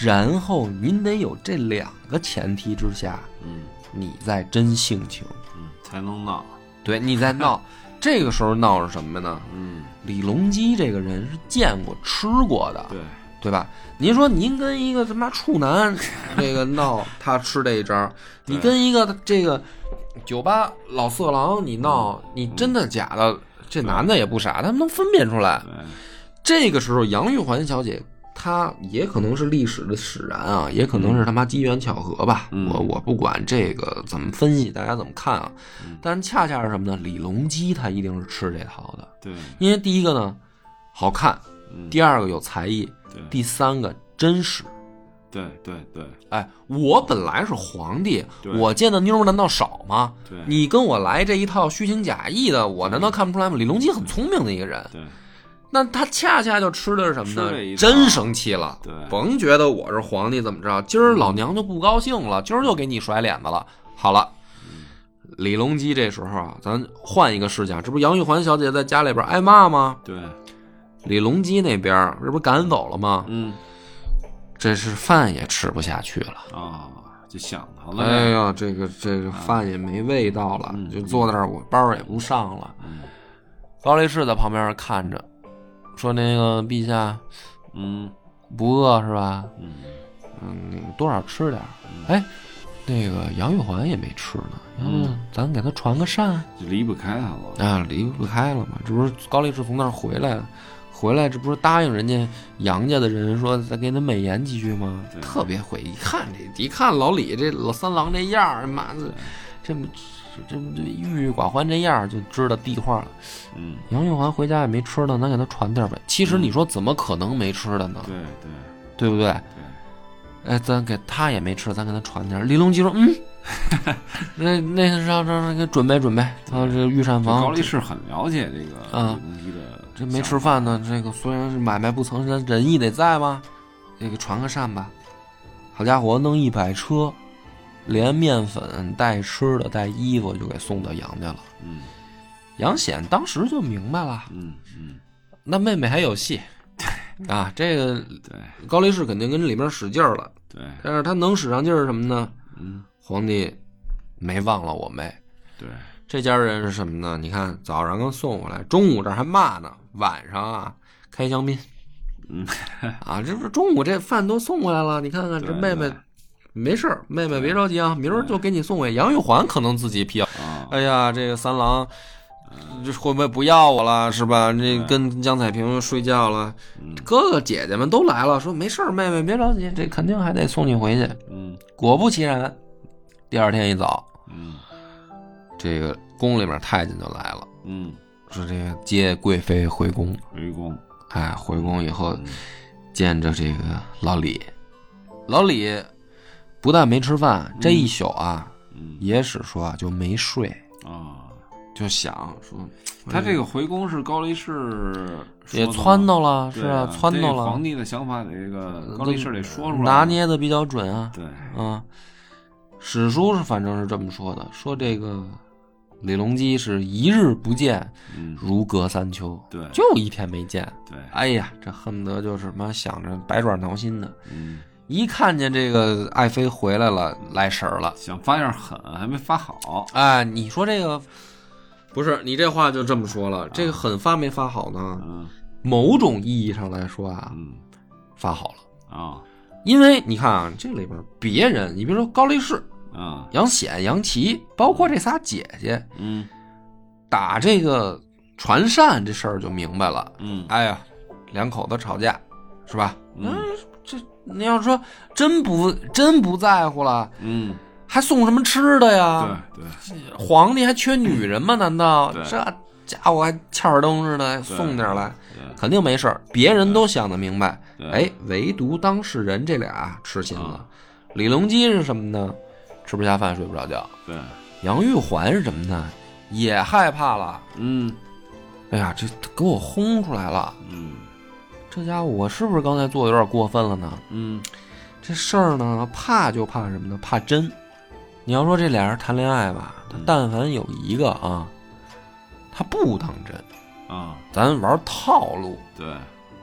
[SPEAKER 1] 然后您得有这两个前提之下，
[SPEAKER 3] 嗯
[SPEAKER 1] 你在真性情，
[SPEAKER 3] 嗯，才能闹，
[SPEAKER 1] 对，你在 闹。这个时候闹是什么呢？
[SPEAKER 3] 嗯，
[SPEAKER 1] 李隆基这个人是见过、吃过的，
[SPEAKER 3] 对，
[SPEAKER 1] 对吧？您说您跟一个他妈 处男这个闹，他吃这一招；
[SPEAKER 3] 对
[SPEAKER 1] 你跟一个这个酒吧老色狼你
[SPEAKER 3] 嗯
[SPEAKER 1] 闹，你真的假的？这男的也不傻，他们能分辨出来。
[SPEAKER 3] 对，
[SPEAKER 1] 这个时候，杨玉环小姐她也可能是历史的使然啊，也可能是他妈机缘巧合吧。
[SPEAKER 3] 嗯
[SPEAKER 1] 我我不管这个怎么分析，大家怎么看啊？
[SPEAKER 3] 嗯
[SPEAKER 1] 但恰恰是什么呢？李隆基他一定是吃这套的，
[SPEAKER 3] 对，
[SPEAKER 1] 因为第一个呢好看，
[SPEAKER 3] 嗯，
[SPEAKER 1] 第二个有才艺，
[SPEAKER 3] 对，
[SPEAKER 1] 第三个真实。
[SPEAKER 3] 对对对
[SPEAKER 1] 哎，我本来是皇帝，
[SPEAKER 3] 对
[SPEAKER 1] 我见的妞儿难道少吗？
[SPEAKER 3] 对，
[SPEAKER 1] 你跟我来这一套虚情假意的，我难道看不出来吗？李隆基很聪明的一个人，
[SPEAKER 3] 对
[SPEAKER 1] 那他恰恰就吃的是什么
[SPEAKER 3] 吃了一
[SPEAKER 1] 呢？
[SPEAKER 3] 套
[SPEAKER 1] 真生气了，
[SPEAKER 3] 对
[SPEAKER 1] 甭觉得我是皇帝怎么着，今儿老娘就不高兴
[SPEAKER 3] 嗯
[SPEAKER 1] 了，今儿就给你甩脸子了。好了，李隆基这时候啊，咱换一个视角，这不是杨玉环小姐在家里边挨骂吗？
[SPEAKER 3] 对，
[SPEAKER 1] 李隆基那边儿这不赶走了吗？
[SPEAKER 3] 嗯
[SPEAKER 1] 这是饭也吃不下去了。
[SPEAKER 3] 啊，就想他了
[SPEAKER 1] 哎
[SPEAKER 3] 呗，
[SPEAKER 1] 呀，这个这个饭也没味道了，
[SPEAKER 3] 嗯
[SPEAKER 1] 就坐那儿，我班儿也不上了。
[SPEAKER 3] 嗯
[SPEAKER 1] 高力士在旁边看着，说：“那个陛下
[SPEAKER 3] 嗯
[SPEAKER 1] 不饿是吧？
[SPEAKER 3] 嗯
[SPEAKER 1] 嗯，多少吃点儿。哎，那个杨玉环也没吃呢，要不
[SPEAKER 3] 嗯
[SPEAKER 1] 咱给他传个啊膳？
[SPEAKER 3] 就离不开他了，
[SPEAKER 1] 啊，离不开了嘛。这不是高力士从那儿回来，回来这不是答应人家杨家的人说再给他美言几句吗？
[SPEAKER 3] 对
[SPEAKER 1] 特别会，一看这一看老李这老三郎这样儿，妈的，这么这这这郁郁寡欢这样儿就知道地话了。
[SPEAKER 3] 嗯，
[SPEAKER 1] 杨玉环回家也没吃的，咱给他传点儿呗。其实你说怎么可能没吃的呢？
[SPEAKER 3] 对对
[SPEAKER 1] 对不对？
[SPEAKER 3] 对，
[SPEAKER 1] 哎，咱给他也没吃，咱给他传点儿。李隆基说：“ 嗯，那那让让让给准备准备，他这御膳
[SPEAKER 3] 这
[SPEAKER 1] 房。”
[SPEAKER 3] 高力士很了解这个
[SPEAKER 1] 啊
[SPEAKER 3] 李隆基的，
[SPEAKER 1] 这没吃，饭呢，这个虽然是买卖不成，但仁义得在吗？这个传个膳吧。好家伙，弄一百车，连面粉带吃的带衣服就给送到杨家了。
[SPEAKER 3] 嗯
[SPEAKER 1] 杨显当时就明白了，
[SPEAKER 3] 嗯嗯，
[SPEAKER 1] 那妹妹还有戏。啊，这个
[SPEAKER 3] 对
[SPEAKER 1] 高力士肯定跟这里面使劲儿了，
[SPEAKER 3] 对，
[SPEAKER 1] 但是他能使上劲儿是什么呢？
[SPEAKER 3] 嗯
[SPEAKER 1] 皇帝没忘了我妹，
[SPEAKER 3] 对，
[SPEAKER 1] 这家人是什么呢？你看早上刚送过来，中午这儿还骂呢，晚上啊开香槟，
[SPEAKER 3] 嗯
[SPEAKER 1] 啊，这不是中午这饭都送过来了，你看看这
[SPEAKER 3] 对
[SPEAKER 1] 妹妹
[SPEAKER 3] 对
[SPEAKER 1] 没事儿，妹妹别着急啊，明儿就给你送回。杨玉环可能自己辟谣，
[SPEAKER 3] 啊，
[SPEAKER 1] 哎呀，这个三郎。这会不会不要我了是吧？这跟江彩萍睡觉了，
[SPEAKER 3] 嗯
[SPEAKER 1] 哥哥姐姐们都来了，说没事儿，妹妹别着急，这肯定还得送你回去。
[SPEAKER 3] 嗯
[SPEAKER 1] 果不其然，第二天一早，
[SPEAKER 3] 嗯
[SPEAKER 1] 这个宫里面太监就来了，
[SPEAKER 3] 嗯，
[SPEAKER 1] 说这个接贵妃回宫。
[SPEAKER 3] 回宫，
[SPEAKER 1] 哎，回宫以后
[SPEAKER 3] 嗯
[SPEAKER 1] 见着这个老李，老李不但没吃饭，这一宿啊，
[SPEAKER 3] 嗯
[SPEAKER 1] 野史说啊就没睡，
[SPEAKER 3] 啊，
[SPEAKER 1] 就想说
[SPEAKER 3] 他这个回宫是高力士
[SPEAKER 1] 也撺
[SPEAKER 3] 到
[SPEAKER 1] 掇了，是
[SPEAKER 3] 对啊，
[SPEAKER 1] 撺掇
[SPEAKER 3] 这
[SPEAKER 1] 了
[SPEAKER 3] 皇，帝的想法得这个高力士得说出来，
[SPEAKER 1] 拿捏的比较准啊，
[SPEAKER 3] 对，
[SPEAKER 1] 啊，史书是反正是这么说的，说这个李隆基是一日不见
[SPEAKER 3] 嗯，
[SPEAKER 1] 如隔三秋，
[SPEAKER 3] 对
[SPEAKER 1] 就一天没见，
[SPEAKER 3] 对，
[SPEAKER 1] 哎呀，这恨不得就是妈想着百爪挠心的，
[SPEAKER 3] 嗯，
[SPEAKER 1] 一看见这个爱妃回来了，来神儿了，
[SPEAKER 3] 想发样狠，还没发好，
[SPEAKER 1] 哎，你说这个。啊不是你这话就这么说了，这个狠发没发好呢？
[SPEAKER 3] 嗯
[SPEAKER 1] 某种意义上来说啊，
[SPEAKER 3] 嗯
[SPEAKER 1] 发好了，
[SPEAKER 3] 啊
[SPEAKER 1] 因为你看啊，这里边别人，你比如说高力士、
[SPEAKER 3] 啊
[SPEAKER 1] 杨显、杨琦，包括这仨姐姐，
[SPEAKER 3] 嗯
[SPEAKER 1] 打这个船扇这事儿就明白了。
[SPEAKER 3] 嗯
[SPEAKER 1] 哎呀，两口子吵架，是吧？啊
[SPEAKER 3] 嗯
[SPEAKER 1] 这你要说真不真不在乎了，
[SPEAKER 3] 嗯，
[SPEAKER 1] 还送什么吃的呀？
[SPEAKER 3] 对对，
[SPEAKER 1] 皇帝还缺女人 吗？难道
[SPEAKER 3] 对
[SPEAKER 1] 这家伙还欠儿灯似的送点儿来？
[SPEAKER 3] 对
[SPEAKER 1] 肯定没事儿，别人都想得明白，
[SPEAKER 3] 对
[SPEAKER 1] 哎，唯独当事人这俩吃心了
[SPEAKER 3] 啊。
[SPEAKER 1] 李隆基是什么呢？吃不下饭，睡不着觉。
[SPEAKER 3] 对，
[SPEAKER 1] 杨玉环是什么呢？也害怕了。
[SPEAKER 3] 嗯
[SPEAKER 1] 哎呀，这给我轰出来了！
[SPEAKER 3] 嗯
[SPEAKER 1] 这家伙，我是不是刚才做的有点过分了呢？
[SPEAKER 3] 嗯
[SPEAKER 1] 这事儿呢，怕就怕什么呢？怕真。你要说这俩人谈恋爱吧，他
[SPEAKER 3] 嗯
[SPEAKER 1] 但凡有一个啊，他不当真，
[SPEAKER 3] 啊，
[SPEAKER 1] 咱玩套路，
[SPEAKER 3] 对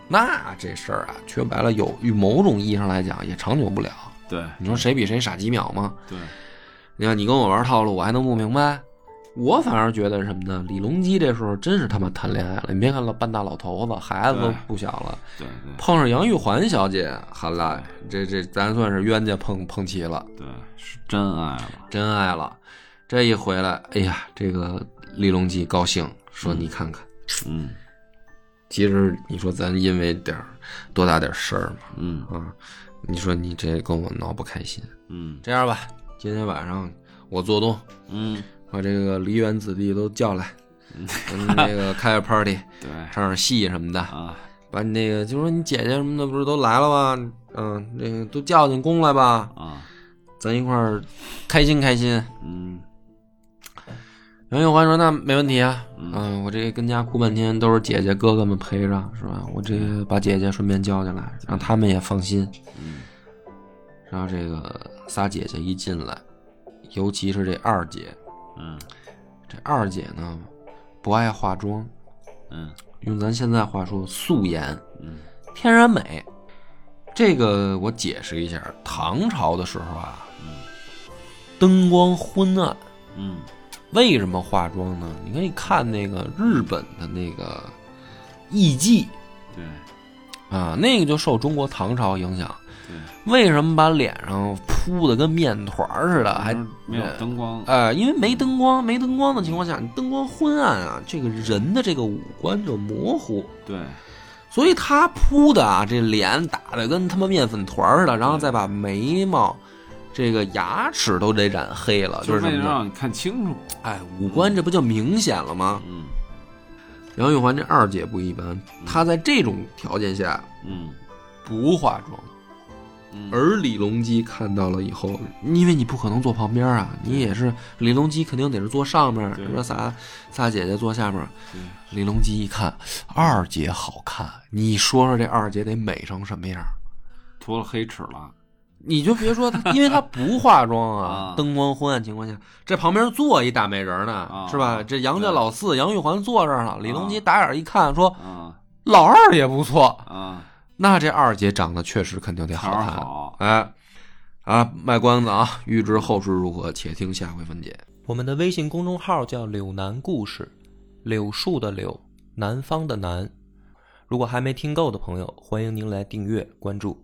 [SPEAKER 1] 那这事儿啊，说白了有，与某种意义上来讲也长久不了。
[SPEAKER 3] 对
[SPEAKER 1] 你说谁比谁傻几秒吗？
[SPEAKER 3] 对，
[SPEAKER 1] 你看你跟我玩套路，我还能不明白？我反而觉得是什么呢？李隆基这时候真是他妈谈恋爱了。你别看老半大老头子，孩子都
[SPEAKER 3] 对
[SPEAKER 1] 不小了，
[SPEAKER 3] 对对
[SPEAKER 1] 碰上杨玉环小姐，好啦，这这咱算是冤家碰碰齐了，
[SPEAKER 3] 对，是真爱了，
[SPEAKER 1] 真爱了。这一回来，哎呀，这个李隆基高兴，说你看看，
[SPEAKER 3] 嗯
[SPEAKER 1] 其实你说咱因为点儿多大点儿事儿嘛，
[SPEAKER 3] 嗯
[SPEAKER 1] 啊，你说你这跟我闹不开心。
[SPEAKER 3] 嗯
[SPEAKER 1] 这样吧，今天晚上我做东，
[SPEAKER 3] 嗯，
[SPEAKER 1] 把这个梨园子弟都叫来，咱们那个开个 party，
[SPEAKER 3] 对
[SPEAKER 1] 唱点戏什么的，
[SPEAKER 3] 啊，
[SPEAKER 1] 把你那个就说你姐姐什么的不是都来了吗？嗯，那个都叫进宫来吧，
[SPEAKER 3] 啊，
[SPEAKER 1] 咱一块儿开心开心。
[SPEAKER 3] 嗯
[SPEAKER 1] 杨玉环说：“那没问题啊，
[SPEAKER 3] 嗯
[SPEAKER 1] 嗯，我这跟家哭半天都是姐姐哥哥们陪着，是吧？我这个把姐姐顺便叫进来，让他们也放心。
[SPEAKER 3] 嗯
[SPEAKER 1] 然后这个仨姐姐一进来，尤其是这二姐，
[SPEAKER 3] 嗯
[SPEAKER 1] 这二姐呢不爱化妆，
[SPEAKER 3] 嗯
[SPEAKER 1] 用咱现在话说素颜，
[SPEAKER 3] 嗯
[SPEAKER 1] 天然美。这个我解释一下，唐朝的时候啊，灯光昏暗，
[SPEAKER 3] 嗯
[SPEAKER 1] 为什么化妆呢？你可以看那个日本的那个艺妓
[SPEAKER 3] 对
[SPEAKER 1] 啊，那个就受中国唐朝影响。
[SPEAKER 3] 对，
[SPEAKER 1] 为什么把脸上铺的跟面团儿似的？啊还
[SPEAKER 3] 没有灯光，
[SPEAKER 1] 呃，因为没灯光，没灯光的情况下，你灯光昏暗啊，这个人的这个五官就模糊，
[SPEAKER 3] 对
[SPEAKER 1] 所以他铺的啊，这脸打的跟他妈面粉团儿似的，然后再把眉毛、这个牙齿都得染黑了，就是是什
[SPEAKER 3] 为了
[SPEAKER 1] 么呢？
[SPEAKER 3] 让你看清楚，
[SPEAKER 1] 哎，五官这不就明显了吗？
[SPEAKER 3] 嗯
[SPEAKER 1] 杨玉环这二姐不一般，她在这种条件下
[SPEAKER 3] 嗯
[SPEAKER 1] 不化妆，
[SPEAKER 3] 嗯，
[SPEAKER 1] 而李隆基看到了以后，因为你不可能坐旁边啊，你也是李隆基肯定得是坐上面，
[SPEAKER 3] 对
[SPEAKER 1] 是吧？仨仨姐姐坐下面
[SPEAKER 3] 对，
[SPEAKER 1] 李隆基一看二姐好看，你说说这二姐得美成什么样？
[SPEAKER 3] 涂了黑齿了，
[SPEAKER 1] 你就别说她，因为她不化妆 啊
[SPEAKER 3] 啊，
[SPEAKER 1] 灯光昏暗情况下，这旁边坐一大美人呢，
[SPEAKER 3] 啊
[SPEAKER 1] 是吧？这杨家
[SPEAKER 3] 对
[SPEAKER 1] 老四杨玉环坐这儿了，李隆基打眼一看说
[SPEAKER 3] 啊
[SPEAKER 1] 老二也不错，
[SPEAKER 3] 啊，
[SPEAKER 1] 那这二姐长得确实肯定得好看。
[SPEAKER 3] 条儿好
[SPEAKER 1] 哎，啊，卖关子啊！欲知后事如何，且听下回分解。
[SPEAKER 4] 我们的微信公众号叫“柳南故事”，柳树的柳，南方的南。如果还没听够的朋友，欢迎您来订阅关注。